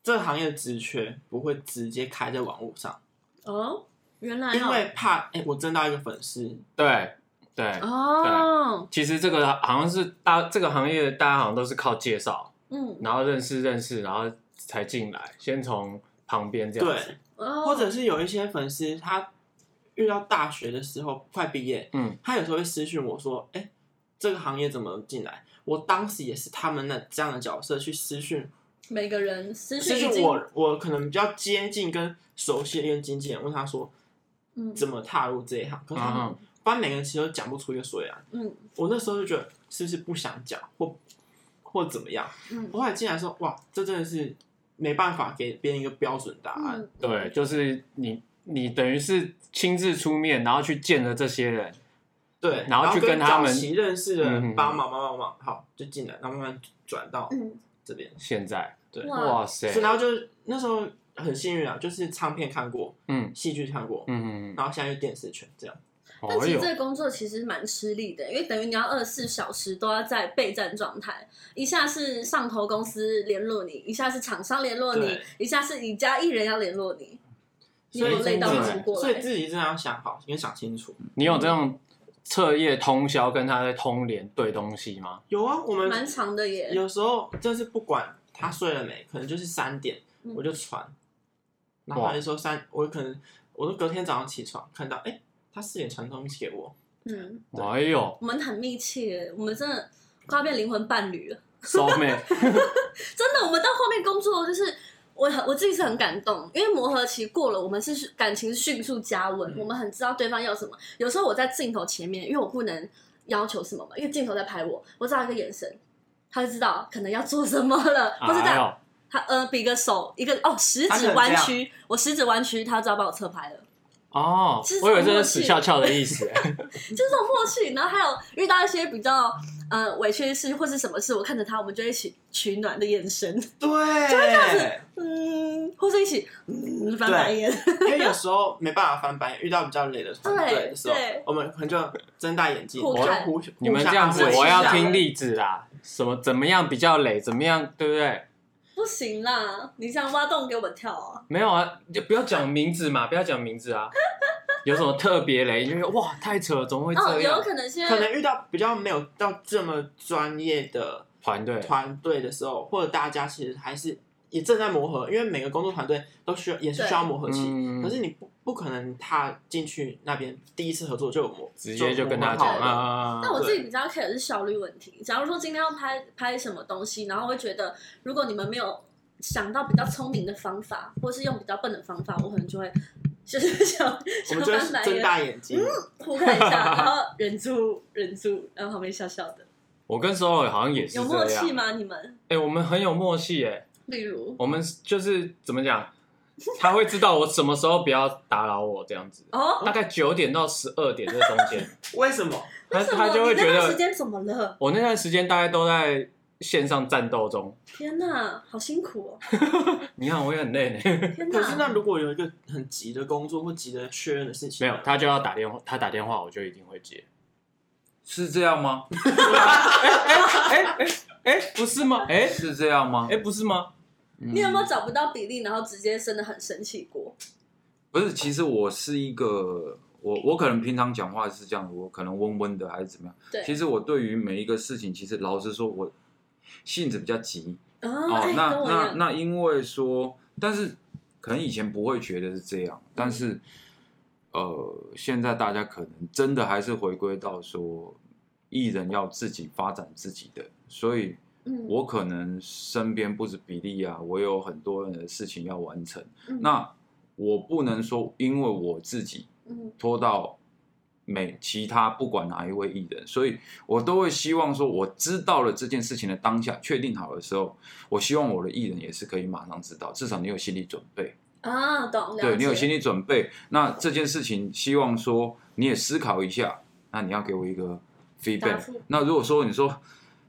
Speaker 4: 这个行业的职缺不会直接开在网络上，
Speaker 2: 哦，原来哦
Speaker 4: 因为怕哎、我争到一个粉丝，
Speaker 1: 对对，
Speaker 3: 啊
Speaker 2: 哦，
Speaker 1: 其实这个好像是大这个行业，大家好像都是靠介绍，
Speaker 2: 嗯，
Speaker 1: 然后认识认识，然后才进来，先从旁边这样子，
Speaker 4: 对，
Speaker 2: 哦，
Speaker 4: 或者是有一些粉丝他遇到大学的时候快毕业，
Speaker 1: 嗯，
Speaker 4: 他有时候会私讯我说，哎、这个行业怎么进来？我当时也是他们那这样的角色去私讯，
Speaker 2: 每个人私
Speaker 4: 私
Speaker 2: 讯已
Speaker 4: 讯
Speaker 2: 经，
Speaker 4: 我，我可能比较接近跟熟悉的跟经纪人，问他说
Speaker 2: 嗯
Speaker 4: 怎么踏入这一行，可是他们
Speaker 1: 嗯
Speaker 4: 班每个人其实都讲不出一个所以然。
Speaker 2: 嗯
Speaker 4: 我那时候就觉得是不是不想讲，或或怎么样？
Speaker 2: 嗯
Speaker 4: 我后来进来说，哇，这真的是没办法给别人一个标准答案。
Speaker 2: 嗯，
Speaker 1: 对，就是你你等于是亲自出面，然后去见了这些人，
Speaker 4: 对，
Speaker 1: 然后去跟
Speaker 4: 跟
Speaker 1: 他们
Speaker 4: 早期认识的
Speaker 1: 嗯嗯嗯
Speaker 4: 人帮忙帮忙帮忙，好就进来，然后慢慢转到
Speaker 2: 嗯
Speaker 4: 这边。
Speaker 1: 现在，
Speaker 4: 对，
Speaker 2: 哇
Speaker 1: 哇塞
Speaker 4: 所以，然后就是那时候很幸运啊，就是唱片看过，
Speaker 1: 嗯
Speaker 4: 戏剧看过，
Speaker 1: 嗯嗯，
Speaker 4: 然后现在就电视圈这样。
Speaker 2: 但
Speaker 1: 哦
Speaker 2: 其实
Speaker 1: 呦
Speaker 2: 这，个工作其实蛮吃力的，因为等于你要二十四小时都要在备战状态，一下是上头公司联络你，一下是厂商联络你
Speaker 4: 对，
Speaker 2: 一下是你家艺人要联络你，你有
Speaker 4: 所以
Speaker 2: 累到
Speaker 1: 真
Speaker 2: 不
Speaker 1: 的
Speaker 2: 行过
Speaker 4: 所以
Speaker 2: 来。
Speaker 4: 自己真的要想好，你要想清楚。
Speaker 1: 你有这种彻夜通宵跟他在通联对东西吗？
Speaker 4: 有啊，我
Speaker 2: 蛮
Speaker 4: 们
Speaker 2: 长的耶，
Speaker 4: 有时候就是不管他睡了没，可能就是三点
Speaker 2: 嗯
Speaker 4: 我就传，然后他就说三，我可能我都隔天早上起床看到，哎，他四点传东西给我，
Speaker 2: 嗯，
Speaker 4: 对
Speaker 1: 哎呦，
Speaker 2: 我们很密切，我们真的快要变灵魂伴侣了。
Speaker 1: 骚妹，
Speaker 2: 真的，我们到后面工作就是我很我自己是很感动，因为磨合期过了，我们是感情迅速加温，
Speaker 4: 嗯
Speaker 2: 我们很知道对方要什么。有时候我在镜头前面，因为我不能要求什么嘛，因为镜头在拍我，我只要一个眼神，他就知道可能要做什么了，或是
Speaker 1: 哎
Speaker 2: 他
Speaker 1: 呦，
Speaker 2: 他呃比个手一个哦食
Speaker 4: 他可
Speaker 2: 指
Speaker 4: 能
Speaker 2: 弯
Speaker 4: 这样
Speaker 2: 曲，我食指弯曲，他就知道把我侧拍了。
Speaker 1: 哦
Speaker 2: 这是，
Speaker 1: 我以为
Speaker 2: 默
Speaker 1: 这是
Speaker 2: 契
Speaker 1: 死翘翘的意思，
Speaker 2: 就这种默契。然后还有遇到一些比较呃委屈的事或是什么事，我看着他，我们就一起取暖的眼神，
Speaker 4: 对，
Speaker 2: 嗯，或是一起嗯翻白眼，
Speaker 4: 因为有时候没办法翻白眼，遇到比较累的团队的时候
Speaker 2: 对对，
Speaker 4: 我们可能就睁大眼睛，
Speaker 2: 互
Speaker 4: 我
Speaker 2: 看
Speaker 4: 就互
Speaker 1: 你们这样子，我要听例子啦，什么怎么样比较累，怎么样，对不对？
Speaker 2: 不行啦，你这样挖洞给我们跳啊！
Speaker 1: 没有啊，就不要讲名字嘛，不要讲名字啊。有什么特别雷？因为哇，太扯了，怎么会
Speaker 2: 哦，
Speaker 1: 这
Speaker 2: 有
Speaker 1: 样？
Speaker 2: 可能现
Speaker 4: 可能
Speaker 2: 在
Speaker 4: 遇到比较没有到这么专业的
Speaker 1: 团队
Speaker 4: 团队的时候，或者大家其实还是也正在磨合，因为每个工作团队都需要也是需要磨合期。
Speaker 1: 嗯
Speaker 4: 可是你不不可能踏进去那边第一次合作就有磨，
Speaker 1: 直接就跟他
Speaker 4: 磨
Speaker 1: 讲
Speaker 4: 合好
Speaker 1: 啊
Speaker 4: 了。
Speaker 1: 啊。啊
Speaker 2: 那我自己比较 care 的是效率问题。假如说今天要拍拍什么东西，然后会觉得如果你们没有想到比较聪明的方法，或是用比较笨的方法，我可能就会 就是想
Speaker 4: 我
Speaker 2: 想
Speaker 4: 们就
Speaker 2: 翻
Speaker 4: 会
Speaker 2: 白
Speaker 4: 睁
Speaker 2: 眼，
Speaker 4: 大眼睛，
Speaker 2: 互看一下，然后忍住忍住，然后旁边笑笑的，
Speaker 1: 我跟 Solo 好像也是
Speaker 2: 有默
Speaker 1: 这样
Speaker 2: 契。吗？你们？
Speaker 1: 哎、我们很有默契哎、
Speaker 2: 例如
Speaker 1: 我们就是怎么讲，他会知道我什么时候不要打扰我这样子。
Speaker 2: 哦，
Speaker 1: 大概九点到十二点这中间，
Speaker 4: 为什么？
Speaker 1: 他
Speaker 2: 为什么
Speaker 1: 他就会
Speaker 2: 你那
Speaker 1: 觉
Speaker 2: 段时
Speaker 1: 得
Speaker 2: 间怎么了？
Speaker 1: 我那段时间大概都在线上战斗中。
Speaker 2: 天哪，好辛苦
Speaker 1: 你看我也很累 呢，
Speaker 2: 哦！天
Speaker 4: 可是
Speaker 2: 哪，
Speaker 4: 那如果有一个很急的工作或急的确认的事情，
Speaker 1: 没有他就要打电话，他打电话我就一定会接。
Speaker 3: 是这样吗？
Speaker 1: 哎哎哎，不是吗？哎、
Speaker 3: 是这样吗
Speaker 1: 哎、？不是吗？
Speaker 3: 嗯
Speaker 2: 你有没有找不到比例，然后直接真的很生气过？
Speaker 3: 不是，其实我是一个，我我可能平常讲话是这样，我可能温温的还是怎么样。
Speaker 2: 对
Speaker 3: 其实我对于每一个事情，其实老实说，我性子比较急
Speaker 2: 哦，
Speaker 3: 哦
Speaker 2: 哎，
Speaker 3: 那
Speaker 2: 跟我一
Speaker 3: 那
Speaker 2: 样，
Speaker 3: 那因为说，但是可能以前不会觉得是这样，但是
Speaker 2: 嗯
Speaker 3: 呃，现在大家可能真的还是回归到说，艺人要自己发展自己的，所以
Speaker 2: 嗯
Speaker 3: 我可能身边不止比利啊，我有很多人的事情要完成。
Speaker 2: 嗯
Speaker 3: 那我不能说因为我自己
Speaker 2: 嗯
Speaker 3: 拖到每其他不管哪一位艺人，所以我都会希望说，我知道了这件事情的当下，确定好的时候，我希望我的艺人也是可以马上知道，至少你有心理准备。
Speaker 2: 啊，懂，了
Speaker 3: 对你有
Speaker 2: 解
Speaker 3: 心理准备，那这件事情希望说你也思考一下，那你要给我一个
Speaker 2: 答
Speaker 3: feedback
Speaker 2: 复。
Speaker 3: 那如果说你说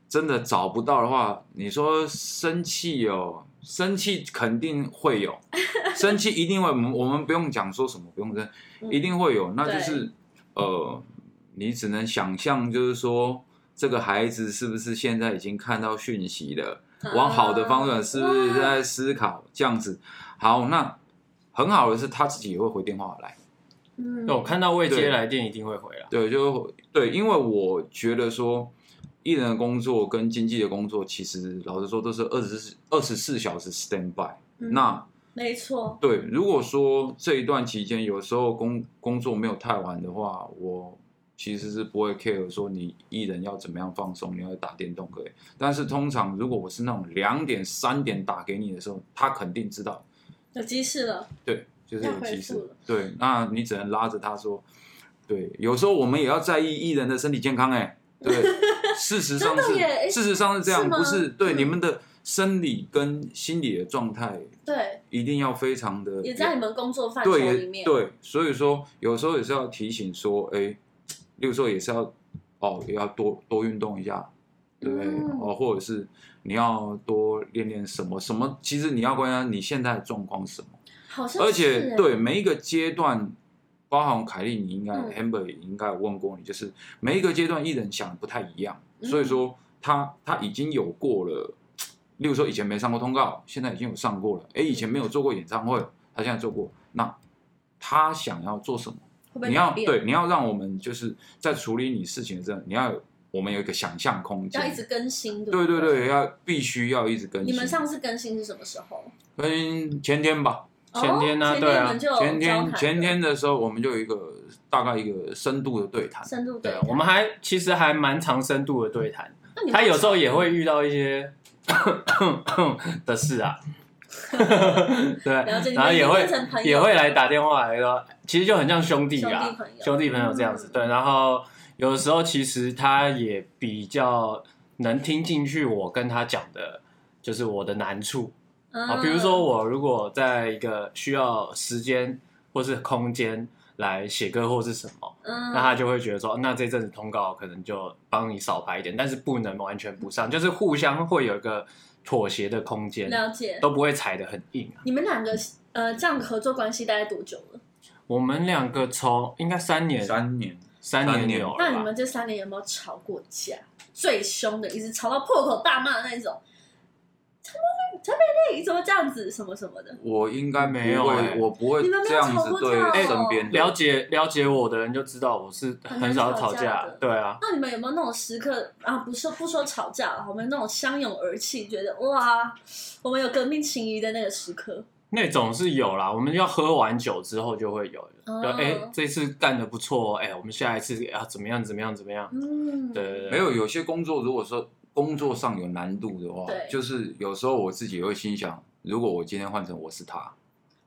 Speaker 3: 真的找不到的话，你说生气哦，生气肯定 会有，生气一定会，我们我们不用讲说什么，不用争，
Speaker 2: 嗯
Speaker 3: 一定会有，那就是呃，你只能想象，就是说。这个孩子是不是现在已经看到讯息了？往好的方向，是不是
Speaker 2: 啊哇
Speaker 3: 在思考这样子？好，那很好的是他自己也会回电话来，
Speaker 2: 嗯
Speaker 1: 那我看到未接
Speaker 3: 对
Speaker 1: 来电一定会回来。
Speaker 3: 对，就对，因为我觉得说，艺人的工作跟经纪的工作，其实老实说都是二十四二十四小时 stand by、
Speaker 2: 嗯
Speaker 3: 那
Speaker 2: 没错，
Speaker 3: 对，如果说这一段期间有时候工工作没有太晚的话，我其实是不会 care 说你艺人要怎么样放松，你要打电动可以。但是通常如果我是那种两点三点打给你的时候，他肯定知道，
Speaker 2: 有鸡翅了，
Speaker 3: 对，就是
Speaker 2: 要
Speaker 3: 有
Speaker 2: 回
Speaker 3: 急
Speaker 2: 复
Speaker 3: 事
Speaker 2: 了。
Speaker 3: 对，那你只能拉着他说，对，有时候我们也要在意艺人的身体健康、欸，哎， 对，事实上
Speaker 2: 真的耶诶
Speaker 3: 是，事实上是
Speaker 2: 是
Speaker 3: 这样，
Speaker 2: 吗
Speaker 3: 不是对
Speaker 2: 嗯
Speaker 3: 你们的生理跟心理的状态
Speaker 2: 对，
Speaker 3: 一定要非常的
Speaker 2: 也在你们工作范畴
Speaker 3: 对
Speaker 2: 里
Speaker 3: 也
Speaker 2: 面，
Speaker 3: 对，所以说有时候也是要提醒说，哎、例如说也是要哦，也要多多运动一下，对不对？
Speaker 2: 嗯
Speaker 3: 哦，或者是你要多练练什么什么，其实你要关心你现在的状况是什么，
Speaker 2: 好像
Speaker 3: 而
Speaker 2: 是
Speaker 3: 且
Speaker 2: 欸，
Speaker 3: 对每一个阶段。包含凯莉，你应该、
Speaker 2: 嗯
Speaker 3: Amber 也应该有问过你，就是每一个阶段艺人想的不太一样，所以
Speaker 2: 嗯
Speaker 3: 说他他已经有过了，例如说以前没上过通告，现在已经有上过了，哎，以前没有做过演唱会，他现在做过，那他想要做什么？
Speaker 2: 会不会
Speaker 3: 你要
Speaker 2: 改变
Speaker 3: 对，你要让我们就是在处理你事情的时候，你要有我们有一个想象空间
Speaker 2: 要一。直更新，不
Speaker 3: 对对对，要必须要一直更
Speaker 2: 你
Speaker 3: 新。
Speaker 2: 们上次更新是什么时候？
Speaker 3: 跟前天吧，
Speaker 1: 前天啊
Speaker 2: 哦前
Speaker 1: 对啊
Speaker 2: 你们就有
Speaker 3: 前
Speaker 2: 交谈
Speaker 3: 天
Speaker 2: 了
Speaker 3: 前天的时候，我们就有一个大概一个深度的对谈。
Speaker 2: 深度
Speaker 1: 啊对
Speaker 2: 谈，
Speaker 1: 我们还其实还蛮长深度的对谈，
Speaker 2: 那你们
Speaker 1: 他有时候也会遇到一些的事啊，对，
Speaker 2: 了解你们
Speaker 1: 然后也
Speaker 2: 已经变
Speaker 1: 会
Speaker 2: 成朋友
Speaker 1: 也会来打电话来说，其实就很像兄弟
Speaker 2: 兄
Speaker 1: 啊
Speaker 2: 弟朋，友嗯
Speaker 1: 兄弟朋友这样子。对，然后有的时候其实他也比较能听进去我跟他讲的，就是我的难处啊，
Speaker 2: 啊
Speaker 1: 比如说我如果在一个需要时间或是空间来写歌或是什么。
Speaker 2: 嗯，
Speaker 1: 那他就会觉得说，哦那这阵子通告可能就帮你少排一点，但是不能完全不上，就是互相会有一个妥协的空间，
Speaker 2: 了解
Speaker 1: 都不会踩得很硬啊。
Speaker 2: 你们两个呃这样的合作关系大概多久了？
Speaker 1: 我们两个从应该三年，
Speaker 3: 三年，
Speaker 1: 三
Speaker 3: 三
Speaker 1: 年
Speaker 3: 年
Speaker 1: 有
Speaker 2: 那你
Speaker 1: 了吧？
Speaker 2: 们这三年有没有吵过架？最凶的，一直吵到破口大骂的那种。陈佩丽怎么这样子，什么什么的，
Speaker 3: 我应该不会哎
Speaker 1: 没有欸
Speaker 3: 我不会
Speaker 2: 你们没有
Speaker 3: 这样
Speaker 2: 吵
Speaker 3: 子
Speaker 2: 过架
Speaker 3: 对
Speaker 2: 哦
Speaker 3: 身边的
Speaker 1: 了解了解我的人就知道我是很少吵
Speaker 2: 很难吵架
Speaker 1: 架
Speaker 2: 的，
Speaker 1: 对啊，
Speaker 2: 那你们有没有那种时刻啊？不是不说吵架了，我们那种相拥而泣，觉得哇，我们有革命情谊的那个时刻。
Speaker 1: 那种是有啦。我们要喝完酒之后就会有
Speaker 2: 哦
Speaker 1: 的，就哎、这次干的不错哦，哎、我们下一次要怎么样怎么样怎么样？
Speaker 2: 嗯，
Speaker 1: 对对对，
Speaker 3: 没有，有些工作，如果说工作上有难度的话
Speaker 2: 对，
Speaker 3: 就是有时候我自己也会心想，如果我今天换成我是他，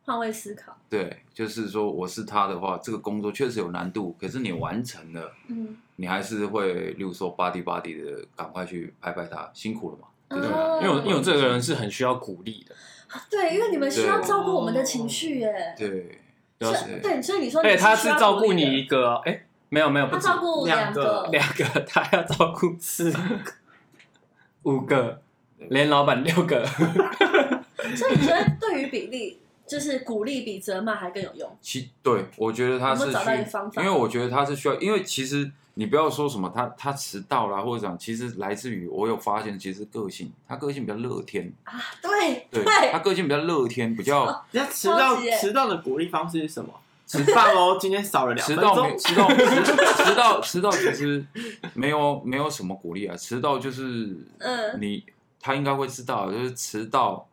Speaker 2: 换位思考，
Speaker 3: 对，就是说我是他的话，这个工作确实有难度，可是你完成了，
Speaker 2: 嗯，
Speaker 3: 你还是会，例如说 body body 的，赶快去拍拍他，辛苦了嘛，对不对？
Speaker 2: 哦
Speaker 1: 因为我因为我这个人是很需要鼓励的，
Speaker 2: 啊对，因为你们需要
Speaker 3: 对
Speaker 2: 照顾我们的情绪耶，
Speaker 3: 对，啊
Speaker 1: 对吧？
Speaker 2: 是对，所以你说你
Speaker 1: 哎，他
Speaker 2: 需
Speaker 1: 是
Speaker 2: 要
Speaker 1: 照
Speaker 2: 鼓
Speaker 1: 顾
Speaker 2: 励的
Speaker 1: 你一个，哎，没有没有，不
Speaker 2: 他
Speaker 1: 止
Speaker 2: 照顾
Speaker 4: 两个
Speaker 2: 个，
Speaker 1: 两个，他还要照顾四个、五个，连老板六个。
Speaker 2: 所以你觉得对于比例，就是鼓励比责骂还更有用？
Speaker 3: 其对，我觉得他
Speaker 2: 有没
Speaker 3: 是
Speaker 2: 有找到一个方
Speaker 3: 需，
Speaker 2: 法
Speaker 3: 因为我觉得他是需要，因为其实你不要说什么他他迟到啦，或者讲，其实来自于我有发现，其实个性，他个性比较乐天，
Speaker 2: 对
Speaker 3: 对，他个性比较乐天，比较
Speaker 4: 那迟到
Speaker 2: 超级耶
Speaker 4: 迟到的鼓励方式是什么？吃饭哦，今天少了两
Speaker 3: 迟
Speaker 4: 分
Speaker 3: 到
Speaker 4: 钟
Speaker 3: 没，迟到迟迟到迟到，其实没有没有什么鼓励啊，迟到就是
Speaker 2: 嗯，
Speaker 3: 你他应该会知道，就是迟到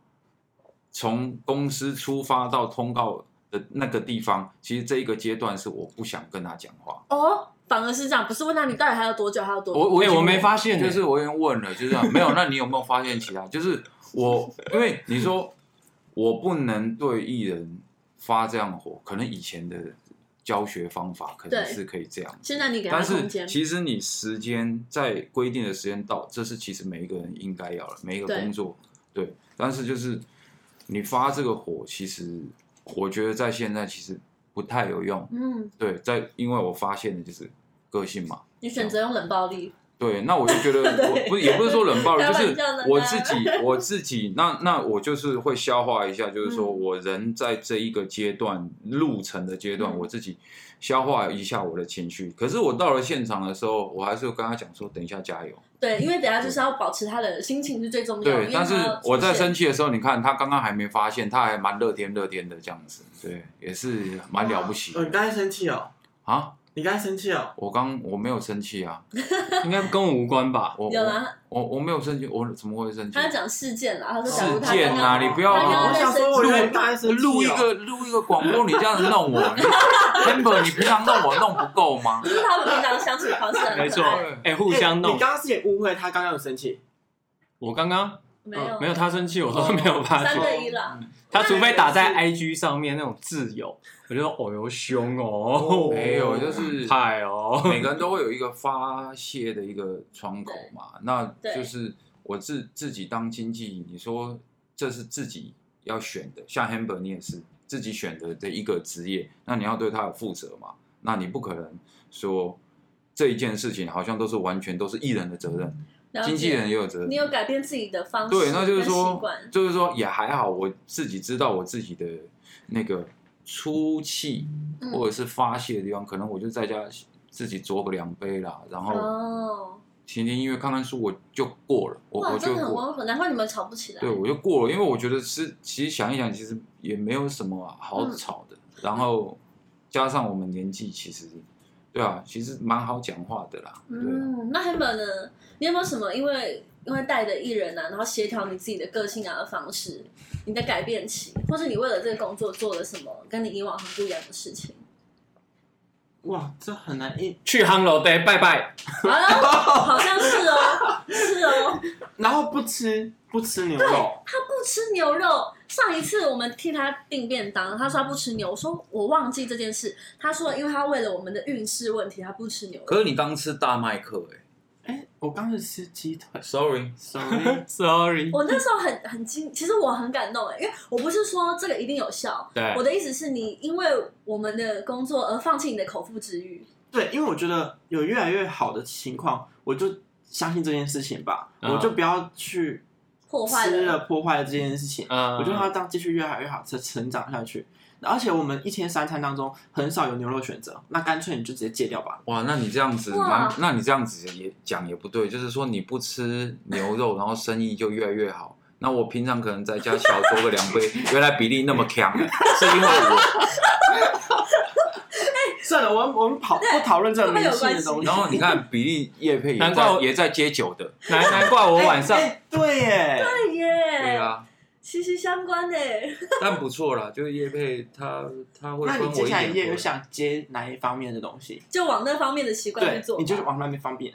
Speaker 3: 从公司出发到通告的那个地方，其实这一个阶段是我不想跟他讲话。
Speaker 2: 哦，反而是这样，不是问他你到底还有多久，还有多久？
Speaker 3: 我我已经
Speaker 1: 哎我没发现欸
Speaker 3: 就是我已经问了，就是这样没有。那你有没有发现其他？就是我，因为你说我不能对艺人发这样的火，可能以前的教学方法可能
Speaker 2: 对
Speaker 3: 是可以这样，
Speaker 2: 现在你给他
Speaker 3: 但
Speaker 2: 空
Speaker 3: 是
Speaker 2: 间，
Speaker 3: 其实你时间在规定的时间到，这是其实每一个人应该要的，每一个
Speaker 2: 对
Speaker 3: 工作对。但是就是你发这个火，其实我觉得在现在其实不太有用。
Speaker 2: 嗯，
Speaker 3: 对，在因为我发现的就是个性嘛。
Speaker 2: 你选择用冷暴力，
Speaker 3: 对，那我就 觉得我不是也不是说冷暴力，
Speaker 2: 开
Speaker 3: 就
Speaker 2: 玩笑
Speaker 3: 是
Speaker 2: 的啦
Speaker 3: 我自己我自己那那我就是会消化一下，就是说
Speaker 2: 嗯
Speaker 3: 我人在这一个阶段路程的阶段，
Speaker 2: 嗯
Speaker 3: 我自己消化一下我的情绪。可是我到了现场的时候，我还是会跟他讲说，等一下加油。
Speaker 2: 对，因为等下就是要保持他的心情是最重要的。
Speaker 3: 对，
Speaker 2: 因为
Speaker 3: 但是
Speaker 2: 他要
Speaker 3: 我在
Speaker 2: 出现
Speaker 3: 生气的时候，你看他刚刚还没发现，他还蛮乐天乐天的这样子，对，也是蛮了不起
Speaker 4: 哦，你
Speaker 3: 的
Speaker 4: 刚才生气哦，
Speaker 3: 啊。
Speaker 4: 你刚才生气哦，
Speaker 3: 我刚我没有生气啊，
Speaker 1: 应该跟我无关吧？
Speaker 3: 我
Speaker 2: 有
Speaker 3: 我
Speaker 2: 啦，
Speaker 3: 我我没有生气，我怎么会生气？
Speaker 2: 他讲事件啦，他说假如
Speaker 3: 事
Speaker 2: 他
Speaker 3: 件
Speaker 2: 刚
Speaker 3: 啊，
Speaker 2: 刚
Speaker 3: 你不要
Speaker 2: 他刚刚
Speaker 4: 我
Speaker 2: 在
Speaker 4: 想说，我以为你刚才生气哦
Speaker 3: 录一个录一个广播，你这样子弄我，Amber，你平常弄我弄不够吗？
Speaker 2: 就是他们平常相处的方式很可爱
Speaker 1: 没错
Speaker 3: 对，
Speaker 1: 哎，互相
Speaker 4: 欸
Speaker 1: 弄
Speaker 4: 你。刚刚是也误会他刚刚有生气，
Speaker 1: 我刚刚
Speaker 3: 嗯
Speaker 2: 没有
Speaker 1: 没有他生气，我都没有发
Speaker 2: 三
Speaker 1: 觉。
Speaker 2: 对一了，
Speaker 1: 他除非打在 IG 上面那种自由，我就说哦哟凶哦，
Speaker 3: 没有，就是
Speaker 1: 派哦。
Speaker 3: 每个人都会有一个发泄的一个窗口嘛。那
Speaker 2: 对
Speaker 3: 就是我自自己当经纪，你说这是自己要选的，像 Amber 你也是自己选的的一个职业，那你要对他有负责嘛。那你不可能说这一件事情好像都是完全都是艺人的责任，
Speaker 2: 了解
Speaker 3: 经纪人也有责任
Speaker 2: 你。有改变自己的方式，
Speaker 3: 对，那就是
Speaker 2: 习
Speaker 3: 说
Speaker 2: 惯，，
Speaker 3: 就是说也还好，我自己知道我自己的那个出气
Speaker 2: 嗯
Speaker 3: 或者是发泄的地方，可能我就在家自己酌个两杯啦，然后
Speaker 2: 哦，
Speaker 3: 听听音乐、看看书，我就过了，我
Speaker 2: 哇，
Speaker 3: 我
Speaker 2: 真
Speaker 3: 就
Speaker 2: 的很
Speaker 3: 过，
Speaker 2: 温和，难怪你们吵不起来
Speaker 3: 对。我就过了，因为我觉得是其实想一想，其实也没有什么好
Speaker 2: 嗯
Speaker 3: 吵的，然后加上我们年纪，其实对啊，其实蛮好讲话的啦，对啊。
Speaker 2: 嗯，那 Amber 呢？你有没有什么因为因为带的艺人啊，然后协调你自己的个性啊的方式，你的改变期，或是你为了这个工作做了什么跟你以往很不一样的事情？
Speaker 4: 哇，这很难一。
Speaker 1: 去 Hello Day 拜拜，
Speaker 2: 好了，好像是哦，是哦，
Speaker 4: 然后不吃不吃牛肉，
Speaker 2: 他不吃牛肉。上一次我们替他订便当，他说他不吃牛，我说我忘记这件事。他说，因为他为了我们的运势问题，他不吃牛肉。
Speaker 3: 可是你刚吃大麦克哎、
Speaker 4: 哎，我刚是吃鸡腿
Speaker 3: s o r r y
Speaker 4: ，sorry，
Speaker 1: ，Sorry。
Speaker 2: 我那时候很很惊，其实我很感动哎，因为我不是说这个一定有效，
Speaker 1: 对
Speaker 2: 我，的意思是你因为我们的工作而放弃你的口腹之欲，
Speaker 4: 对，因为我觉得有越来越好的情况，我就相信这件事情吧，
Speaker 1: 嗯
Speaker 4: 我就不要去
Speaker 2: 破坏
Speaker 4: 吃了
Speaker 2: 了。
Speaker 4: 破坏了这件事情，
Speaker 1: 嗯，
Speaker 4: 我就让它当继续越来越好，成成长下去。而且我们一天三餐当中很少有牛肉选择，那干脆你就直接戒掉吧。
Speaker 3: 哇，那你这样子
Speaker 2: 哇
Speaker 3: 蛮，那你这样子也讲也不对，就是说你不吃牛肉，然后生意就越来越好。那我平常可能在家小酌个两杯，原来比例那么强，是因为我。
Speaker 4: 算了，我们我们跑不讨论这种迷信的
Speaker 2: 会不
Speaker 4: 东
Speaker 2: 会
Speaker 4: 西。
Speaker 3: 然后你看比例叶佩也
Speaker 1: 难怪
Speaker 3: 在
Speaker 1: 我
Speaker 3: 也在接酒的，
Speaker 1: 难难怪我
Speaker 4: 哎
Speaker 1: 晚上
Speaker 4: 哎对耶，
Speaker 2: 对耶，
Speaker 3: 对啊，
Speaker 2: 息息相关欸呢。
Speaker 3: 但不错啦，就是叶佩他他会
Speaker 4: 那
Speaker 3: 分
Speaker 4: 你
Speaker 3: 我
Speaker 4: 接下来
Speaker 3: 一
Speaker 4: 你也有
Speaker 3: 点回来。
Speaker 4: 想接哪一方面的东西？
Speaker 2: 就往那方面的习惯去
Speaker 4: 对
Speaker 2: 做，吧。
Speaker 4: 你就是往那边方便。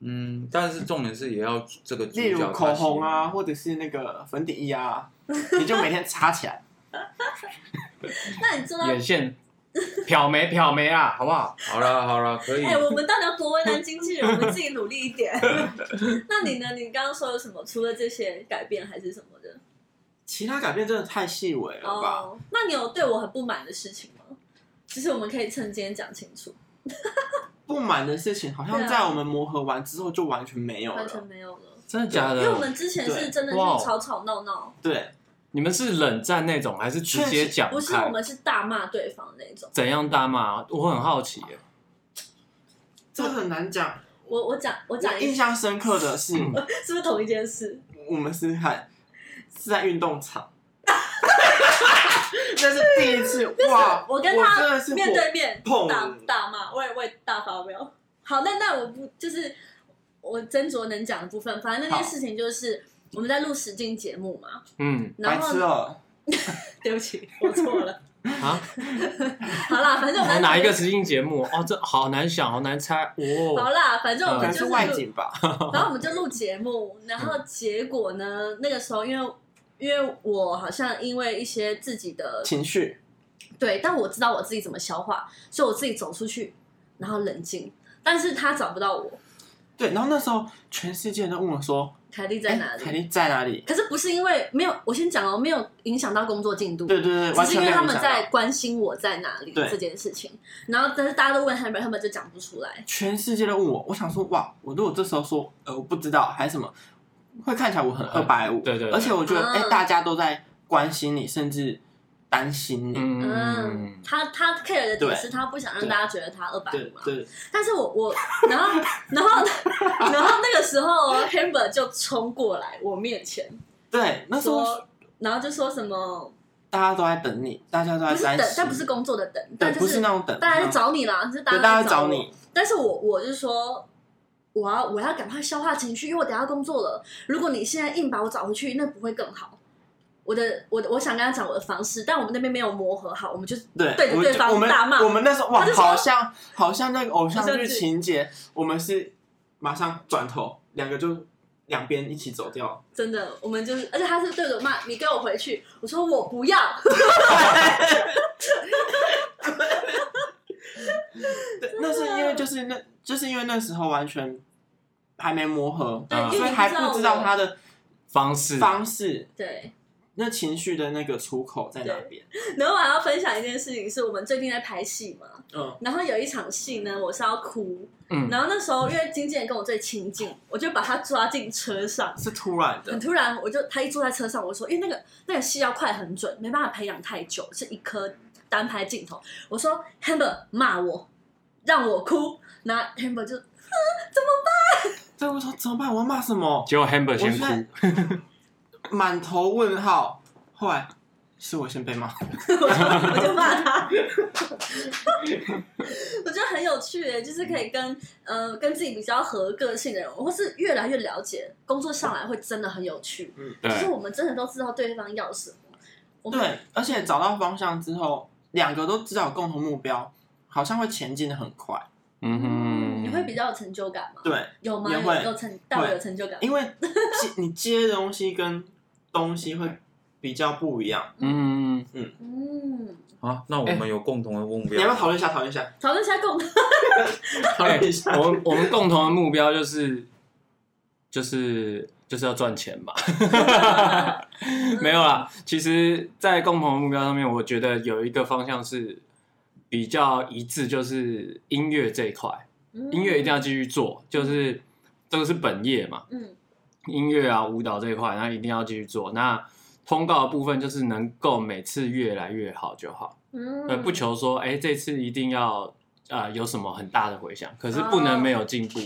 Speaker 3: 嗯，但是重点是也要这个主
Speaker 4: 例
Speaker 3: 角
Speaker 4: 如
Speaker 3: 他
Speaker 4: 口红啊，
Speaker 3: 喜欢
Speaker 4: 或者是那个粉底液 啊，你就每天擦起来。
Speaker 2: 那你做到
Speaker 1: 眼线漂眉漂眉啊，好不好？
Speaker 3: 好啦好啦，可以
Speaker 2: 哎、。我们到底要多为难经纪人？我们自己努力一 点。那你呢？你刚刚说有什么？除了这些改变还是什么的？
Speaker 4: 其他改变真的太细微了吧
Speaker 2: 哦，那你有对我很不满的事情吗？其实我们可以趁今天讲清楚，
Speaker 4: 不满的事情好像
Speaker 2: 对啊
Speaker 4: 在我们磨合完之后就完全没有
Speaker 2: 完全
Speaker 4: 了。呃
Speaker 2: 没有了。
Speaker 1: 真的假
Speaker 2: 因
Speaker 1: 的？
Speaker 2: 为我们之前是真的是
Speaker 1: 哇哦
Speaker 2: 吵吵闹闹，
Speaker 4: 对，
Speaker 1: 你们是冷战那种，还是直接讲
Speaker 2: 不是
Speaker 1: 开
Speaker 2: 我们是大骂对方那种。
Speaker 1: 怎样大骂？啊我很好奇耶。
Speaker 4: 这很难讲。
Speaker 2: 我我讲我
Speaker 4: 我
Speaker 2: 讲一
Speaker 4: 印
Speaker 2: 下，
Speaker 4: 象深刻的 是，
Speaker 2: 是不是同一件事？
Speaker 4: 我们是看是在运 动场，那是第一次哇！
Speaker 2: 我跟
Speaker 4: 真
Speaker 2: 他
Speaker 4: 的是
Speaker 2: 面
Speaker 4: 火
Speaker 2: 对面
Speaker 4: 碰
Speaker 2: 大大骂，我也我也大发飙。好，那那我不就是我斟酌能讲的部分，反正那件
Speaker 4: 好
Speaker 2: 事情就是我们在录实境节目嘛，
Speaker 1: 嗯
Speaker 2: 然
Speaker 4: 白
Speaker 2: 后
Speaker 4: 痴哦，
Speaker 2: 对不起，我错了。
Speaker 1: 啊，
Speaker 2: 好啦，反正我
Speaker 1: 还
Speaker 2: 们
Speaker 1: 哪一个实境节目？哦，这好难想，好难猜
Speaker 2: 好
Speaker 1: 哦。
Speaker 2: 啦，反正我
Speaker 1: 嗯
Speaker 4: 可
Speaker 2: 们
Speaker 4: 能
Speaker 2: 就是是
Speaker 4: 呃外
Speaker 2: 录
Speaker 4: 景吧。
Speaker 2: 然后我们就录节目，然后结果呢，那个时候因为因为我好像因为一些自己的
Speaker 4: 情绪
Speaker 2: 对，但我知道我自己怎么消化，所以我自己走出去，然后冷静。但是他找不到我，
Speaker 4: 对，然后那时候全世界都问我说
Speaker 2: 凯莉：“在哪
Speaker 4: 哎凯
Speaker 2: 里？
Speaker 4: 莉在哪里
Speaker 2: 可是不是因为没有，我先讲哦，没有影响到工作进？”度，
Speaker 4: 对对对，
Speaker 2: 只
Speaker 4: 完
Speaker 2: 是
Speaker 4: 全
Speaker 2: 因为
Speaker 4: 没有
Speaker 2: 他
Speaker 4: 影
Speaker 2: 们
Speaker 4: 响
Speaker 2: 在
Speaker 4: 到
Speaker 2: 关心我在哪里
Speaker 4: 对
Speaker 2: 这件事情。然后，但是大家都问 Hammer，他们就讲不出来。
Speaker 4: 全世界都问我，我想说哇，我如果这时候说呃我不知道还是什么，会看起来我很二百五。
Speaker 1: 对对对
Speaker 4: 而且我觉得
Speaker 2: 嗯
Speaker 4: 哎、大家都在关心你，甚至担心你。
Speaker 2: 嗯，
Speaker 1: 嗯，
Speaker 2: 他他 care 的点
Speaker 4: 对
Speaker 2: 是他不想让
Speaker 4: 对
Speaker 2: 大家觉得他二百
Speaker 4: 对
Speaker 2: 五嘛。
Speaker 4: 对，
Speaker 2: 但是我我，然后然后 然后那个时候 Hammer 就冲过来我面前
Speaker 4: 对，那时候
Speaker 2: 说，然后就说什么
Speaker 4: 大家都在等你，大家都在
Speaker 2: 不是
Speaker 4: 担
Speaker 2: 等
Speaker 4: 心，，
Speaker 2: 但不是工作的等，
Speaker 4: 对，
Speaker 2: 但就
Speaker 4: 不是那种等，
Speaker 2: 大家在
Speaker 4: 是那种
Speaker 2: 找你啦，就是大
Speaker 4: 对
Speaker 2: 家
Speaker 4: 大
Speaker 2: 在
Speaker 4: 家
Speaker 2: 找
Speaker 4: 找
Speaker 2: 我
Speaker 4: 你，
Speaker 2: 但是我我就说，我要我要赶快消化情绪，因为我等一下工作了。如果你现在硬把我找回去，那不会更好。我的我的我想跟他讲我的方式，但我们那边没有磨合好，我们就是
Speaker 4: 对
Speaker 2: 对着
Speaker 4: 我们
Speaker 2: 对
Speaker 4: 就
Speaker 2: 方
Speaker 4: 我们
Speaker 2: 大骂
Speaker 4: 我们那时候哇
Speaker 2: 他就，说
Speaker 4: 好像好像那个偶像
Speaker 2: 偶像剧
Speaker 4: 剧情节，我们是马上转头，两个就两边一起走掉。
Speaker 2: 真的，我们就是，而且他是对着我骂你给我回去，我说我不要，
Speaker 4: 对，那是因为就是那就是因为那时候完全还没磨合，啊
Speaker 2: 对
Speaker 1: 嗯
Speaker 2: 因
Speaker 4: 所
Speaker 2: 为
Speaker 4: 以
Speaker 2: 你
Speaker 4: 还
Speaker 2: 不知道
Speaker 4: 不知道
Speaker 2: 我
Speaker 4: 他的
Speaker 1: 方式
Speaker 4: 方式，
Speaker 2: 对。
Speaker 4: 那情绪的那个出口在哪边？
Speaker 2: 然后我还要分享一件事情，是我们最近在拍戏嘛，
Speaker 4: 嗯，
Speaker 2: 然后有一场戏呢，我是要哭，
Speaker 1: 嗯
Speaker 2: 然后那时候因为经纪人跟我最亲近，我就把他抓进车上，
Speaker 4: 是突然
Speaker 2: 很
Speaker 4: 的，
Speaker 2: 突然，我就他一坐在车上，我说，因为那个那个戏要快很准，没办法培养太久，是一颗单拍镜头。我说 Hamber 骂我，让我哭，然后 Hamber 就
Speaker 4: 对，我说怎么办？我要骂什么？
Speaker 1: 结果 Hamber
Speaker 4: 我
Speaker 1: 先哭，
Speaker 4: 现在满头问号。后来是我先被骂，
Speaker 2: 我就我就骂他。 我觉得很有趣耶，就是可以跟呃跟自己比较合个性的人，或是越来越了解，工作上来会真的很有趣。
Speaker 1: 对
Speaker 2: 就是我们真的都知道对方要什么。我们
Speaker 4: 对，而且找到方向之后，两个都知道有共同目标，好像会前进的很快。
Speaker 1: 嗯
Speaker 2: 嗯，
Speaker 1: 哼，
Speaker 2: 你会比较有成就感吗？，
Speaker 4: 对，
Speaker 2: 有吗？
Speaker 4: 也
Speaker 2: 有
Speaker 4: 会
Speaker 2: 有成到
Speaker 4: 会
Speaker 2: 有成就感吗。
Speaker 4: 因为接 你接的东西跟东西会比较不一样。
Speaker 1: 嗯，
Speaker 2: 嗯，
Speaker 3: 啊，那我们有共同的目
Speaker 4: 你要不要
Speaker 3: 标。
Speaker 4: 讨论一下？讨论一下，
Speaker 2: 讨论一下共同
Speaker 4: 讨论一下。
Speaker 1: 哎我们我们共同的目标就是就是就是要赚钱吧。 没有啦，其实，在共同的目标上面，我觉得有一个方向是比较一致，就是音乐这一块，
Speaker 2: 嗯
Speaker 1: 音乐一定要继续做，就是这个是本业嘛，
Speaker 2: 嗯
Speaker 1: 音乐啊、舞蹈这一块，那一定要继续做。那通告的部分就是能够每次越来越好就好，
Speaker 2: 嗯，
Speaker 1: 对，不求说，哎、这次一定要啊有什么很大的回响，可是不
Speaker 2: 啊
Speaker 1: 能没有进步。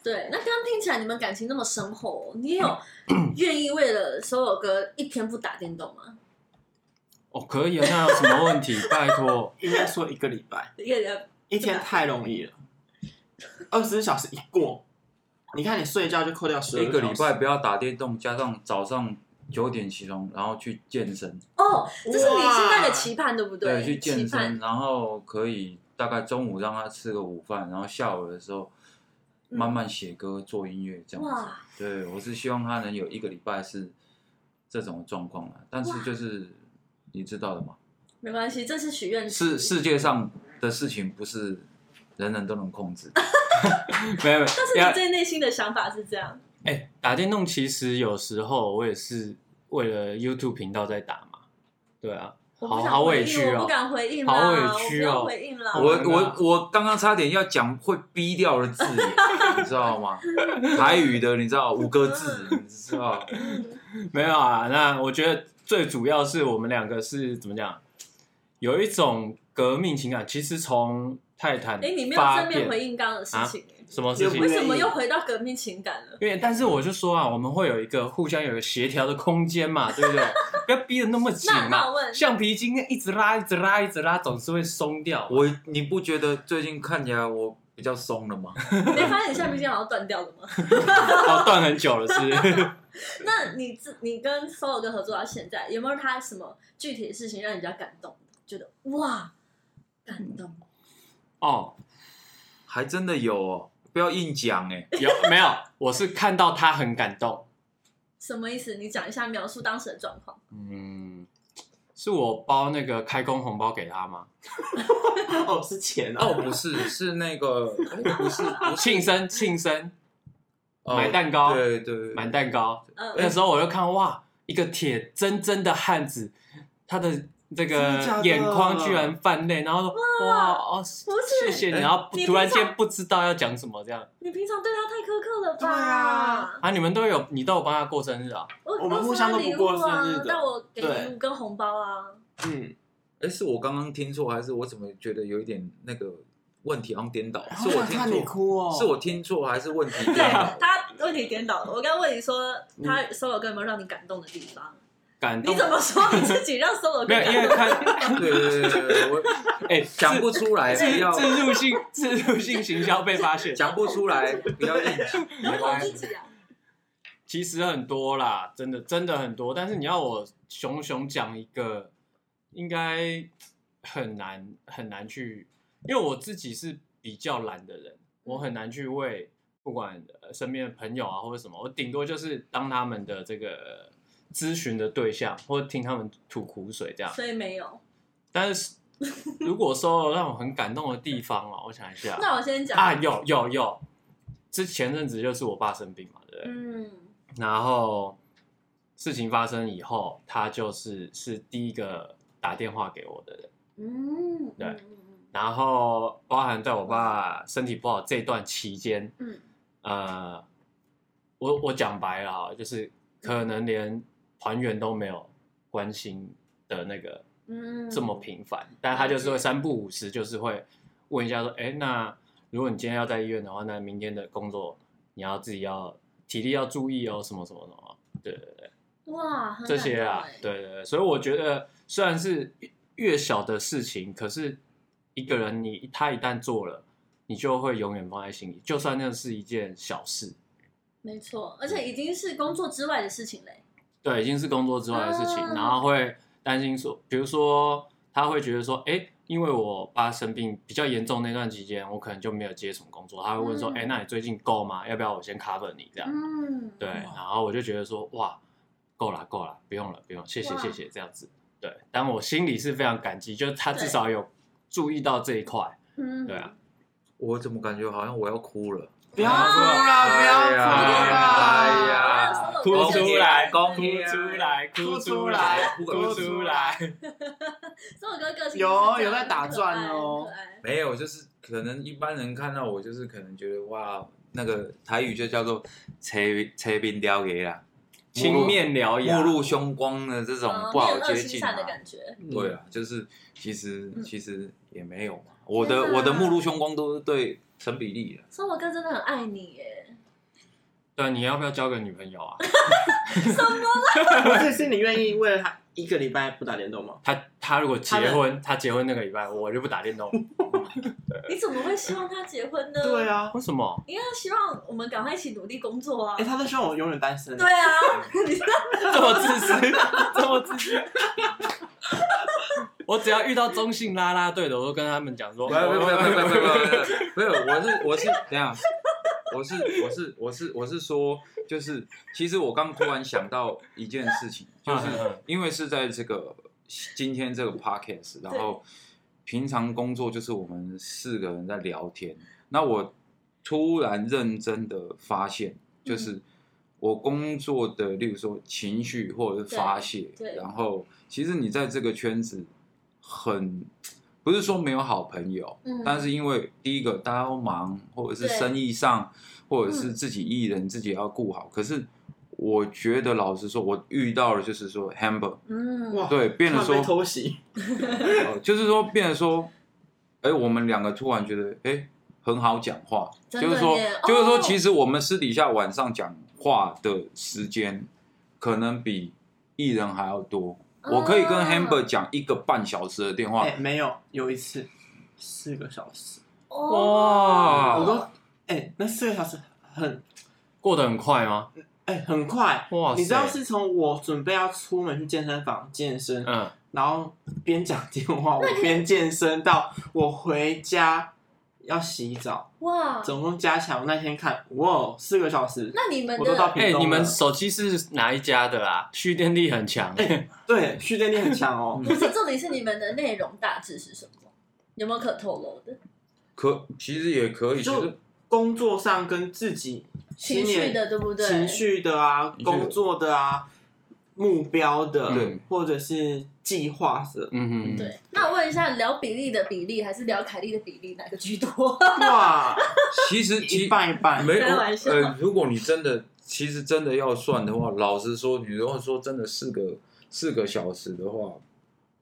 Speaker 2: 对，那刚刚听起来你们感情那么深厚、哦，你也有
Speaker 1: 嗯
Speaker 2: 愿意为了所有歌一天不打电动吗？
Speaker 1: 哦，可以啊，那有什么问题？拜 托，
Speaker 4: 应该说一个礼拜，
Speaker 2: 也也
Speaker 4: 一天太容易了，二十四小时一过，你看你睡觉就扣掉十
Speaker 3: 一个礼拜不要打电动，加上早上九点起床，然后去健身，
Speaker 2: 哦，这是你现在的
Speaker 4: 哇
Speaker 2: 期盼对不对，
Speaker 3: 去健
Speaker 2: 期盼
Speaker 3: 身，然后可以大概中午让他吃个午饭，然后下午的时候
Speaker 2: 嗯
Speaker 3: 慢慢写歌、做音乐这样子。
Speaker 2: 哇，
Speaker 3: 对，我是希望他能有一个礼拜是这种状况啊，但
Speaker 2: 哇
Speaker 3: 是就是你知道的嘛，
Speaker 2: 没关系，这是许愿池
Speaker 3: 世世界上的事情不是人人都能控制。
Speaker 1: 没有，没有
Speaker 2: 但是
Speaker 1: 要
Speaker 2: 你最内心的想法是这样，
Speaker 1: 哎、打电动其实有时候我也是为了 YouTube 频道在打嘛，对啊，
Speaker 2: 我不
Speaker 1: 好
Speaker 2: 想
Speaker 1: 好委
Speaker 2: 回应
Speaker 1: 屈
Speaker 2: 我
Speaker 1: 哦
Speaker 2: 不，敢回应啦，啊
Speaker 1: 好委
Speaker 2: 我不
Speaker 1: 屈
Speaker 2: 要
Speaker 1: 哦
Speaker 2: 回应啦。
Speaker 1: 好
Speaker 3: 我
Speaker 1: 难啊
Speaker 3: 我我刚刚差点要讲会逼掉的字眼，你知道吗？台语的，你知道五个字，你知道？
Speaker 2: 嗯
Speaker 1: 没有啊。那我觉得最主要是我们两个是怎么讲，有一种革命情感，其实从泰坦
Speaker 2: 哎，你没有
Speaker 1: 发
Speaker 2: 正面
Speaker 1: 电
Speaker 2: 回应刚刚的事情，
Speaker 1: 什么事
Speaker 4: 又
Speaker 1: 情
Speaker 4: 不
Speaker 2: 为
Speaker 4: 是？
Speaker 2: 什么又回到革命情感了？
Speaker 1: 因为但是我就说啊，我们会有一个互相有一个协调的空间嘛，对不对？不要逼得那么紧
Speaker 2: 那那
Speaker 1: 嘛
Speaker 2: 我， 问，
Speaker 1: 橡皮筋一直拉，一直拉，一直拉，总是会松 掉。
Speaker 3: 我你不觉得最近看起来我比较松了吗？
Speaker 2: 你发现你橡皮筋好像断掉了吗？
Speaker 1: 哦，断很久了是不是。
Speaker 2: 那你自你跟 Solo 哥合作到现在，有没有他什么具体的事情让你比较感动？觉得哇，感动，
Speaker 1: 哦，
Speaker 3: 还真的有哦，不要硬讲哎、
Speaker 1: 有没有？我是看到他很感动。
Speaker 2: 什么意思？你讲一下描述当时的状况。
Speaker 1: 嗯，是我包那个开工红包给他 吗？
Speaker 4: 哦，是钱哦，
Speaker 3: 哦，不是，是那个，哎不是，不是
Speaker 1: 庆生，庆生，
Speaker 3: 哦
Speaker 1: 买蛋糕
Speaker 3: 对对，
Speaker 1: 买蛋糕。
Speaker 2: 嗯，
Speaker 1: 那时候我就看哇，一个铁铮铮的汉子，他的这
Speaker 4: 真的假
Speaker 1: 个
Speaker 4: 的
Speaker 1: 眼眶居然泛泪，然后说哇哦，
Speaker 2: 不
Speaker 1: 谢
Speaker 2: 是
Speaker 1: 谢你，然后
Speaker 2: 你
Speaker 1: 突然
Speaker 2: 平常
Speaker 1: 间不知道要讲什么这样
Speaker 2: 你平常对他太苛刻了吧？
Speaker 4: 对啊
Speaker 1: 啊？你们都有，你都有帮他过生日啊？
Speaker 2: 我
Speaker 4: 我们互相都不过
Speaker 2: 我送他礼物
Speaker 4: 生日
Speaker 2: 啊
Speaker 4: 的，
Speaker 2: 但我给
Speaker 4: 对
Speaker 2: 礼物跟红包啊。
Speaker 4: 嗯，
Speaker 3: 哎，是我刚刚听错，还是我怎么觉得有一点那个问题好像颠倒？是我
Speaker 4: 想
Speaker 3: 听
Speaker 4: 看你
Speaker 3: 错，
Speaker 4: 哭哦，
Speaker 3: 是我听错还是问题
Speaker 2: 对
Speaker 3: 颠
Speaker 4: 啊
Speaker 3: 倒？
Speaker 2: 他问题颠倒了，我刚问你说
Speaker 4: 嗯
Speaker 2: 他 Solo 哥有没有让你感动的地方？
Speaker 1: 感动
Speaker 2: 你怎么说你自己让 Solo 哥
Speaker 1: 没有？因
Speaker 2: 感
Speaker 1: 为
Speaker 2: 动？
Speaker 1: 看
Speaker 3: 对对对对对，我
Speaker 1: 哎，
Speaker 3: 讲不出来，
Speaker 1: 自
Speaker 3: 不要
Speaker 1: 自入性自入性行销被发现，
Speaker 3: 讲不出 来，不要硬讲，没
Speaker 2: 我
Speaker 3: 关
Speaker 2: 自
Speaker 3: 系。
Speaker 2: 己啊，
Speaker 1: 其实很多啦，真的真的很多，但是你要我熊熊讲一个，应该很难很难去，因为我自己是比较懒的人，
Speaker 2: 嗯
Speaker 1: 我很难去为不管呃身边的朋友啊或者什么，我顶多就是当他们的这个咨询的对象，或者听他们吐苦水这样。
Speaker 2: 所以没有。
Speaker 1: 但是如果说让我很感动的地方哦，我想一下
Speaker 2: 那我先讲
Speaker 1: 啊，有有有，之前阵子就是我爸生病嘛，对不对？
Speaker 2: 嗯，
Speaker 1: 然后事情发生以后，他就是是第一个打电话给我的人。
Speaker 2: 嗯，
Speaker 1: 对
Speaker 2: 嗯嗯
Speaker 1: 然后包含在我爸身体不好这段期间，
Speaker 2: 嗯
Speaker 1: 呃，我我讲白了哈，就是可能连团员都没有关心的那个
Speaker 2: 嗯，
Speaker 1: 这么频繁，但他就是会三不五时，就是会问一下说，哎，那如果你今天要在医院的话，那明天的工作你要自己要体力要注意哦，什么什么什么，对对对。
Speaker 2: 哇，很
Speaker 1: 这些啊
Speaker 2: 感动欸，
Speaker 1: 对对对，所以我觉得虽然是越小的事情，可是一个人你他一旦做了，你就会永远放在心里，就算那是一件小事，
Speaker 2: 没错，而且已经是工作之外的事情嘞。
Speaker 1: 对，已经是工作之外的事情，
Speaker 2: 啊
Speaker 1: 然后会担心说，比如说他会觉得说，哎，因为我爸生病比较严重那段期间，我可能就没有接什么工作，他会问说，
Speaker 2: 嗯
Speaker 1: 哎、那你最近够吗？要不要我先 cover 你这样？
Speaker 2: 嗯，
Speaker 1: 对，然后我就觉得说，哇，够了，够了，不用了，不用，谢谢，
Speaker 2: 哇
Speaker 1: 谢谢，这样子。对，但我心里是非常感激，就是他
Speaker 2: 对
Speaker 1: 至少有注意到这一块。
Speaker 2: 嗯，
Speaker 1: 对啊。
Speaker 3: 我怎么感觉好像我要哭了？
Speaker 4: 不要哭啦，不要哭
Speaker 3: 哎
Speaker 4: 啦，
Speaker 3: 呀
Speaker 1: 哭出来，
Speaker 3: 恭
Speaker 1: 哭
Speaker 3: 喜啊
Speaker 1: 出来，哭
Speaker 4: 哭
Speaker 1: 出
Speaker 4: 出
Speaker 1: 来
Speaker 4: 来，
Speaker 1: 哭出来。
Speaker 2: 所以我哥个性就是
Speaker 4: 有
Speaker 2: 这样
Speaker 4: 有在打转
Speaker 2: 很
Speaker 4: 哦
Speaker 2: 可爱很可爱
Speaker 3: 没有，就是可能一般人看到我，就是可能觉得哇，那个台语就叫做“切切冰雕给啦”，
Speaker 1: 青面獠牙，
Speaker 3: 目露凶光的这种
Speaker 2: 嗯
Speaker 3: 不好
Speaker 2: 面恶
Speaker 3: 接
Speaker 2: 心
Speaker 3: 近
Speaker 2: 善
Speaker 3: 啊
Speaker 2: 的。感觉。
Speaker 1: 嗯
Speaker 3: 对啊，就是其实
Speaker 2: 嗯
Speaker 3: 其实也没有嘛，我的
Speaker 2: 天哪
Speaker 3: 我的目露凶光都是对成比例的。
Speaker 2: 所以我哥真的很爱你耶，
Speaker 1: 对，啊你要不要交个女朋友啊？
Speaker 4: 不是是你愿意为了他一个礼拜不打电动吗？
Speaker 1: 他他如果结婚，他结婚那个礼拜我就不打电动。
Speaker 2: 你怎么会希望他结婚呢？
Speaker 4: 对，啊，
Speaker 1: 为什么？
Speaker 2: 因为他希望我们赶快一起努力工作啊
Speaker 4: 哎，。他在希望我永远单身，
Speaker 2: 对啊，你知道
Speaker 1: 这么自私，这么自私。我只要遇到中性啦啦队的，我都跟他们讲说，
Speaker 3: 没有没有没有没有没有没有，我是我是等一下，我是我是我是我是说，就是其实我刚突然想到一件事情，就是
Speaker 1: 啊
Speaker 3: 因为是在这个今天这个 podcast，然后平常工作就是我们四个人在聊天，那我突然认真的发现，
Speaker 2: 嗯
Speaker 3: 就是我工作的，例如说情绪或者是发泄
Speaker 2: 对对，
Speaker 3: 然后其实你在这个圈子很。不是说没有好朋友，
Speaker 2: 嗯
Speaker 3: 但是因为第一个大家都忙，或者是
Speaker 2: 对嗯
Speaker 3: 生意上，或者是自己艺人、自己要顾好。可是我觉得老实说，我遇到了就是说 Hamber，
Speaker 2: 嗯，
Speaker 4: 哇，
Speaker 3: 对变得
Speaker 4: 突然被
Speaker 3: 说
Speaker 4: 偷袭，
Speaker 3: 呃就是说变得说，哎，我们两个突然觉得哎很好讲话，
Speaker 2: 真的
Speaker 3: 就是说
Speaker 2: 耶
Speaker 3: 就是说，
Speaker 2: 哦
Speaker 3: 其实我们私底下晚上讲话的时间，可能比艺人还要多。我可以跟
Speaker 2: 啊
Speaker 3: Hamber 讲一个半小时的电话
Speaker 4: 哎、，没有，有一次四个小时，
Speaker 2: 哇
Speaker 3: 哇
Speaker 4: 我都哎、那四个小时很
Speaker 1: 过得很快吗？
Speaker 4: 哎、很快，
Speaker 1: 哇塞
Speaker 4: 你知道是从我准备要出门去健身房健身，
Speaker 1: 嗯，
Speaker 4: 然后边讲电话我边健身，到我回家要洗澡，
Speaker 2: 哇，
Speaker 4: 总共加起来我那天看，哇，四个小时，
Speaker 2: 那你们
Speaker 4: 我都到
Speaker 2: 的
Speaker 1: 哎、
Speaker 4: 屏东
Speaker 1: 你们
Speaker 4: 了
Speaker 1: 手机是哪一家的啦？蓄电力很强、。
Speaker 4: 对，蓄电力很 强哦。
Speaker 2: 不是重点是你们的内容大致是什么？有没有可透露的？
Speaker 3: 可其实也可以，其
Speaker 4: 就
Speaker 3: 实
Speaker 4: 工作上跟自己
Speaker 2: 情
Speaker 4: 新
Speaker 2: 绪
Speaker 4: 年
Speaker 2: 的对不对？
Speaker 4: 情绪的啊，
Speaker 3: 情绪的
Speaker 4: 工作的啊，目标的，
Speaker 3: 对
Speaker 4: 或者是计划的
Speaker 1: 嗯哼，
Speaker 2: 对。那我问一下，聊比例的比例还是聊凯莉的比例，哪个居多？
Speaker 4: 哇，
Speaker 3: 其实其
Speaker 4: 一半一半，
Speaker 3: 没有
Speaker 2: 开玩笑
Speaker 3: 呃，如果你真的其实真的要算的话，老实说，你如果说真的四个四个小时的话，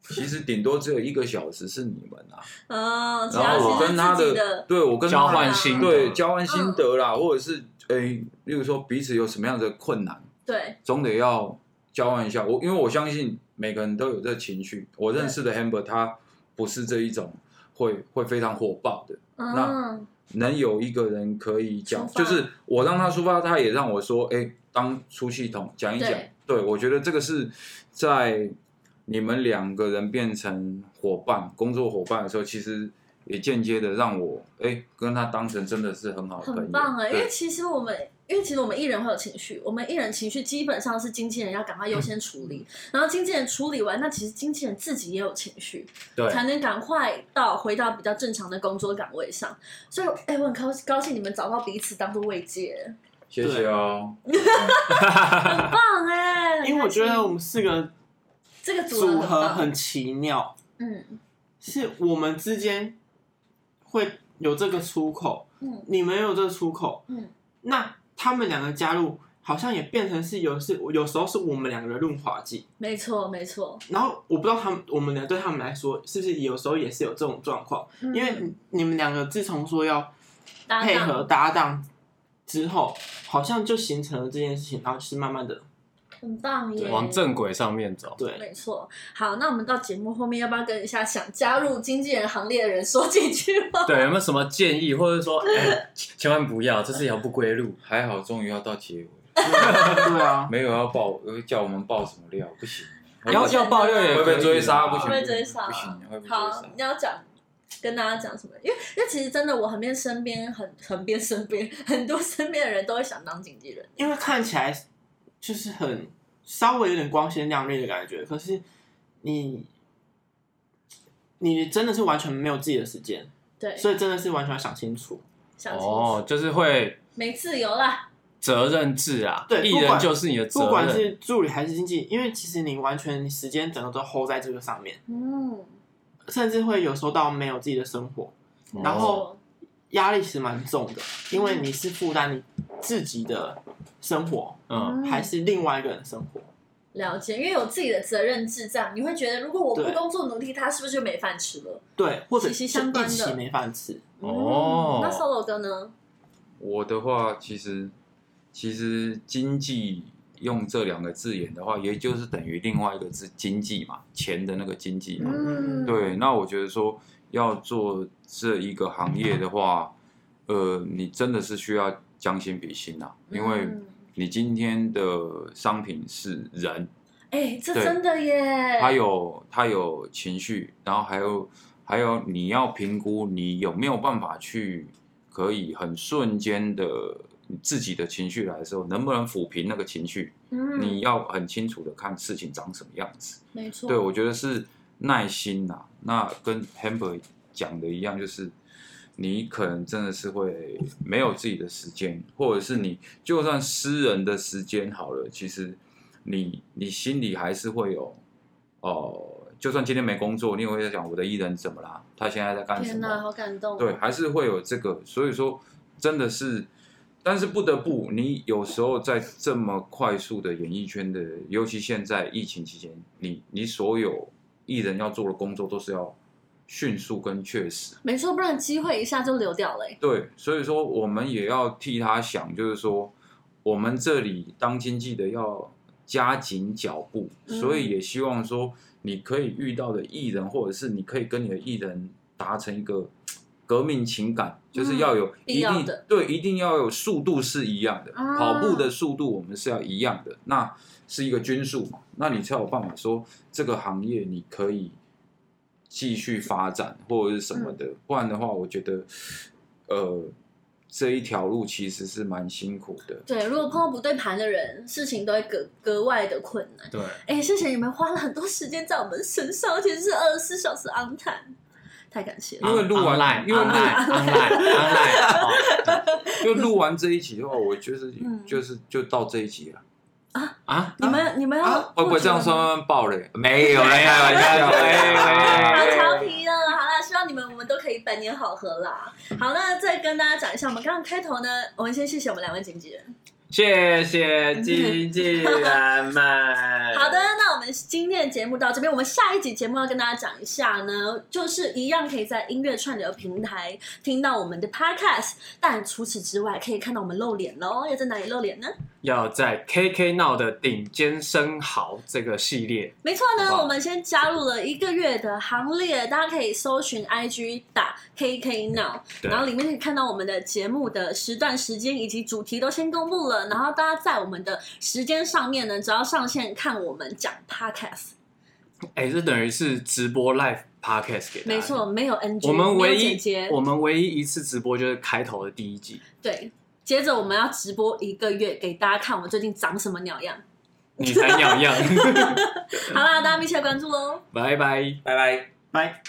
Speaker 3: 其实顶多只有一个小时是你们 啊。
Speaker 2: 嗯，只
Speaker 3: 然后
Speaker 2: 要
Speaker 3: 我
Speaker 2: 是
Speaker 3: 跟他
Speaker 2: 自己嗯
Speaker 3: 的，对我跟他
Speaker 1: 交
Speaker 3: 的
Speaker 1: 换心得
Speaker 3: 对交换心得啦，或者是诶，例如说彼此有什么样的困难，
Speaker 2: 对，
Speaker 3: 总得要交换一下。我因为我相信每个人都有这情绪。我认识的 Amber 他不是这一种会会非常火爆的。那
Speaker 2: 嗯，
Speaker 3: 能有一个人可以讲，
Speaker 2: 抒发
Speaker 3: 就是我让他抒发，他也让我说，哎、当出气筒讲一讲。
Speaker 2: 对
Speaker 3: 对，我觉得这个是在你们两个人变成伙伴、工作伙伴的时候，其实也间接的让我，哎、跟他当成真的是很好的朋友。
Speaker 2: 很棒哎，因为
Speaker 3: 对，
Speaker 2: 其实我们。因为其实我们艺人会有情绪，我们艺人情绪基本上是经纪人要赶快优先处理，
Speaker 3: 嗯
Speaker 2: 然后经纪人处理完，那其实经纪人自己也有情绪，
Speaker 1: 对，
Speaker 2: 才能赶快到回到比较正常的工作岗位上。所以，哎、我很高高兴你们找到彼此当做慰藉，
Speaker 3: 谢谢哦。
Speaker 2: 很棒哎、
Speaker 4: 因为我觉得我们四个
Speaker 2: 这个
Speaker 4: 组合
Speaker 2: 合很
Speaker 4: 很
Speaker 2: 棒
Speaker 4: 奇妙，
Speaker 2: 嗯
Speaker 4: 是我们之间会有这个出口，
Speaker 2: 嗯
Speaker 4: 你们有这个出口，
Speaker 2: 嗯，
Speaker 4: 那他们两个加入，好像也变成是有是有时候是我们两个的润滑剂。
Speaker 2: 没错没错，
Speaker 4: 然后我不知道他们我们俩对他们来说是不是有时候也是有这种状况，
Speaker 2: 因
Speaker 4: 因为你们两个自从说要
Speaker 2: 嗯搭档
Speaker 4: 配合搭档之后，好像就形成了这件事情，然后是慢慢的
Speaker 2: 很棒耶，
Speaker 1: 往正轨上面走。
Speaker 4: 对，
Speaker 2: 没错。好，那我们到节目后面，要不要跟一下想加入经纪人行列的人说几句 话？
Speaker 1: 对，有没有什么建议，或者说，哎，千千万不要，这是一条不归路。
Speaker 3: 还好，终于要到结尾，
Speaker 4: 对啊，
Speaker 3: 没有要爆，呃叫我们爆什么料，不行，
Speaker 2: 哎
Speaker 1: 要要爆料也
Speaker 3: 会
Speaker 1: 可以
Speaker 3: 被追杀，不行，
Speaker 2: 会
Speaker 1: 哦
Speaker 2: 被追杀
Speaker 3: 不行，会被追
Speaker 2: 好
Speaker 3: 杀。，
Speaker 2: 你要讲跟大家讲什么？因为因为其实真的，我很边身边很 很边身边很多身边的人都会想当经纪人。
Speaker 4: 因为看起来就是很稍微有点光鲜亮丽的感觉，可是你你真的是完全没有自己的时间，
Speaker 2: 对，
Speaker 4: 所以真的是完全要想清楚，
Speaker 2: 想清楚，
Speaker 1: 哦，就是会
Speaker 2: 没自由啦。
Speaker 1: 责任制啊，
Speaker 4: 对
Speaker 1: 艺
Speaker 4: 不
Speaker 1: 人
Speaker 4: 管
Speaker 1: 就是你的
Speaker 4: 不
Speaker 1: 责
Speaker 4: 管
Speaker 1: 任。
Speaker 4: 是助理还是经纪，因为其实你完全时间整个都 hold 在这个上面，
Speaker 2: 嗯，
Speaker 4: 甚至会有时候到没有自己的生活，然后
Speaker 2: 哦，
Speaker 4: 压力是蛮重的，因为你是负担你自己的生活，
Speaker 1: 嗯，
Speaker 4: 呃还是另外一个人的生活。
Speaker 2: 了解，因为有自己的责任制，这样你会觉得，如果我不
Speaker 4: 对
Speaker 2: 工作努力，他是不是就没饭吃了？
Speaker 4: 对，或者
Speaker 2: 息息相关的
Speaker 4: 就一起没饭吃。
Speaker 1: 哦
Speaker 2: 嗯那 solo 哥呢？
Speaker 3: 我的话，其实其实经济用这两个字眼的话，也就是等于另外一个字经济嘛，钱的那个经济嘛。
Speaker 2: 嗯，
Speaker 3: 对，那我觉得说要做这一个行业的话，呃，你真的是需要将心比心啊，因为
Speaker 2: 嗯
Speaker 3: 你今天的商品是人，
Speaker 2: 哎，这
Speaker 3: 对
Speaker 2: 真的 耶，
Speaker 3: 他有他有情绪，然后还有还有你要评估你有没有办法去可以很瞬间的你自己的情绪来的时候，能不能抚平那个情绪？
Speaker 2: 嗯，
Speaker 3: 你要很清楚的看事情长什么样子。
Speaker 2: 没错，
Speaker 3: 对，我觉得是耐心呐、那跟 Hamber 讲的一样，就是你可能真的是会没有自己的时间，或者是你就算私人的时间好了，其实你你心里还是会有哦、就算今天没工作，你也会在想我的艺人怎么啦？他现在在干什
Speaker 2: 天哪，
Speaker 3: 么？
Speaker 2: 好感动，啊
Speaker 3: 对，，还是会有这个，所以说真的是。但是不得不，你有时候在这么快速的演艺圈的，尤其现在疫情期间，你你所有艺人要做的工作都是要迅速跟确实。
Speaker 2: 没错，不然机会一下就流掉了欸。
Speaker 3: 对，所以说我们也要替他想，就是说我们这里当经纪的要加紧脚步，
Speaker 2: 嗯
Speaker 3: 所以也希望说你可以遇到的艺人，或者是你可以跟你的艺人达成一个革命情感，就是要有
Speaker 2: 必嗯
Speaker 3: 一
Speaker 2: 要
Speaker 3: 定、
Speaker 2: 的
Speaker 3: 对，一定要有速度是一样的，
Speaker 2: 啊
Speaker 3: 跑步的速度我们是要一样的，那是一个均数嘛，那你才有办法说这个行业你可以继续发展或者是什么的，不然的话，我觉得呃这一条路其实是蛮辛苦的。
Speaker 2: 对，如果碰到不对盘的人，事情都会格格外的困难。
Speaker 1: 对，
Speaker 2: 哎，谢谢你们花了很多时间在我们身上，而且是二十四小时昂谈，太感谢了。
Speaker 3: 因为录完
Speaker 1: online，
Speaker 3: 因为录
Speaker 1: online online，哦
Speaker 3: 因为录完这一集的话，我就是、
Speaker 2: 嗯
Speaker 3: 就是就到这一集了。
Speaker 1: 啊，
Speaker 2: 你们你们要
Speaker 3: 会哦不会这样算？算爆雷？没有啦，开玩笑的，
Speaker 1: 哎
Speaker 2: 好
Speaker 1: 哎哎
Speaker 2: 调皮了，哦好啦，希望你们我们都可以百年好合啦。好，那再跟大家讲一下，我们刚刚开头呢，我们先谢谢我们两位经纪人。
Speaker 1: 谢谢经纪人们。
Speaker 2: 好的，，那我们今天的节目到这边，我们下一集节目要跟大家讲一下呢，就是一样可以在音乐串流平台听到我们的 podcast，但除此之外可以看到我们露脸喽。要在哪里露脸呢？
Speaker 1: 要在 KK 闹的顶尖生蚝这个系列，
Speaker 2: 没错
Speaker 1: 好不
Speaker 2: 呢，
Speaker 1: 好
Speaker 2: 我们先加入了一个月的行列，大家可以搜寻 IG 打 KK Now，
Speaker 1: 对
Speaker 2: 然后里面可以看到我们的节目的时段、时间以及主题都先公布了，然后大家在我们的时间上面呢，只要上线看我们讲 podcast，
Speaker 1: 哎，这等于是直播 live podcast 给大家。
Speaker 2: 没错，，没有 NG，
Speaker 1: 我们
Speaker 2: 没有
Speaker 1: 唯
Speaker 2: 剪
Speaker 1: 一
Speaker 2: 接
Speaker 1: 我们唯一一次直播就是开头的第一集，
Speaker 2: 对。接着我们要直播一个月，给大家看我们最近长什么鸟样。
Speaker 1: 你才 鸟样， 嗯
Speaker 2: 好啦，大家密切关注喽。
Speaker 1: 拜拜。
Speaker 4: 拜拜拜。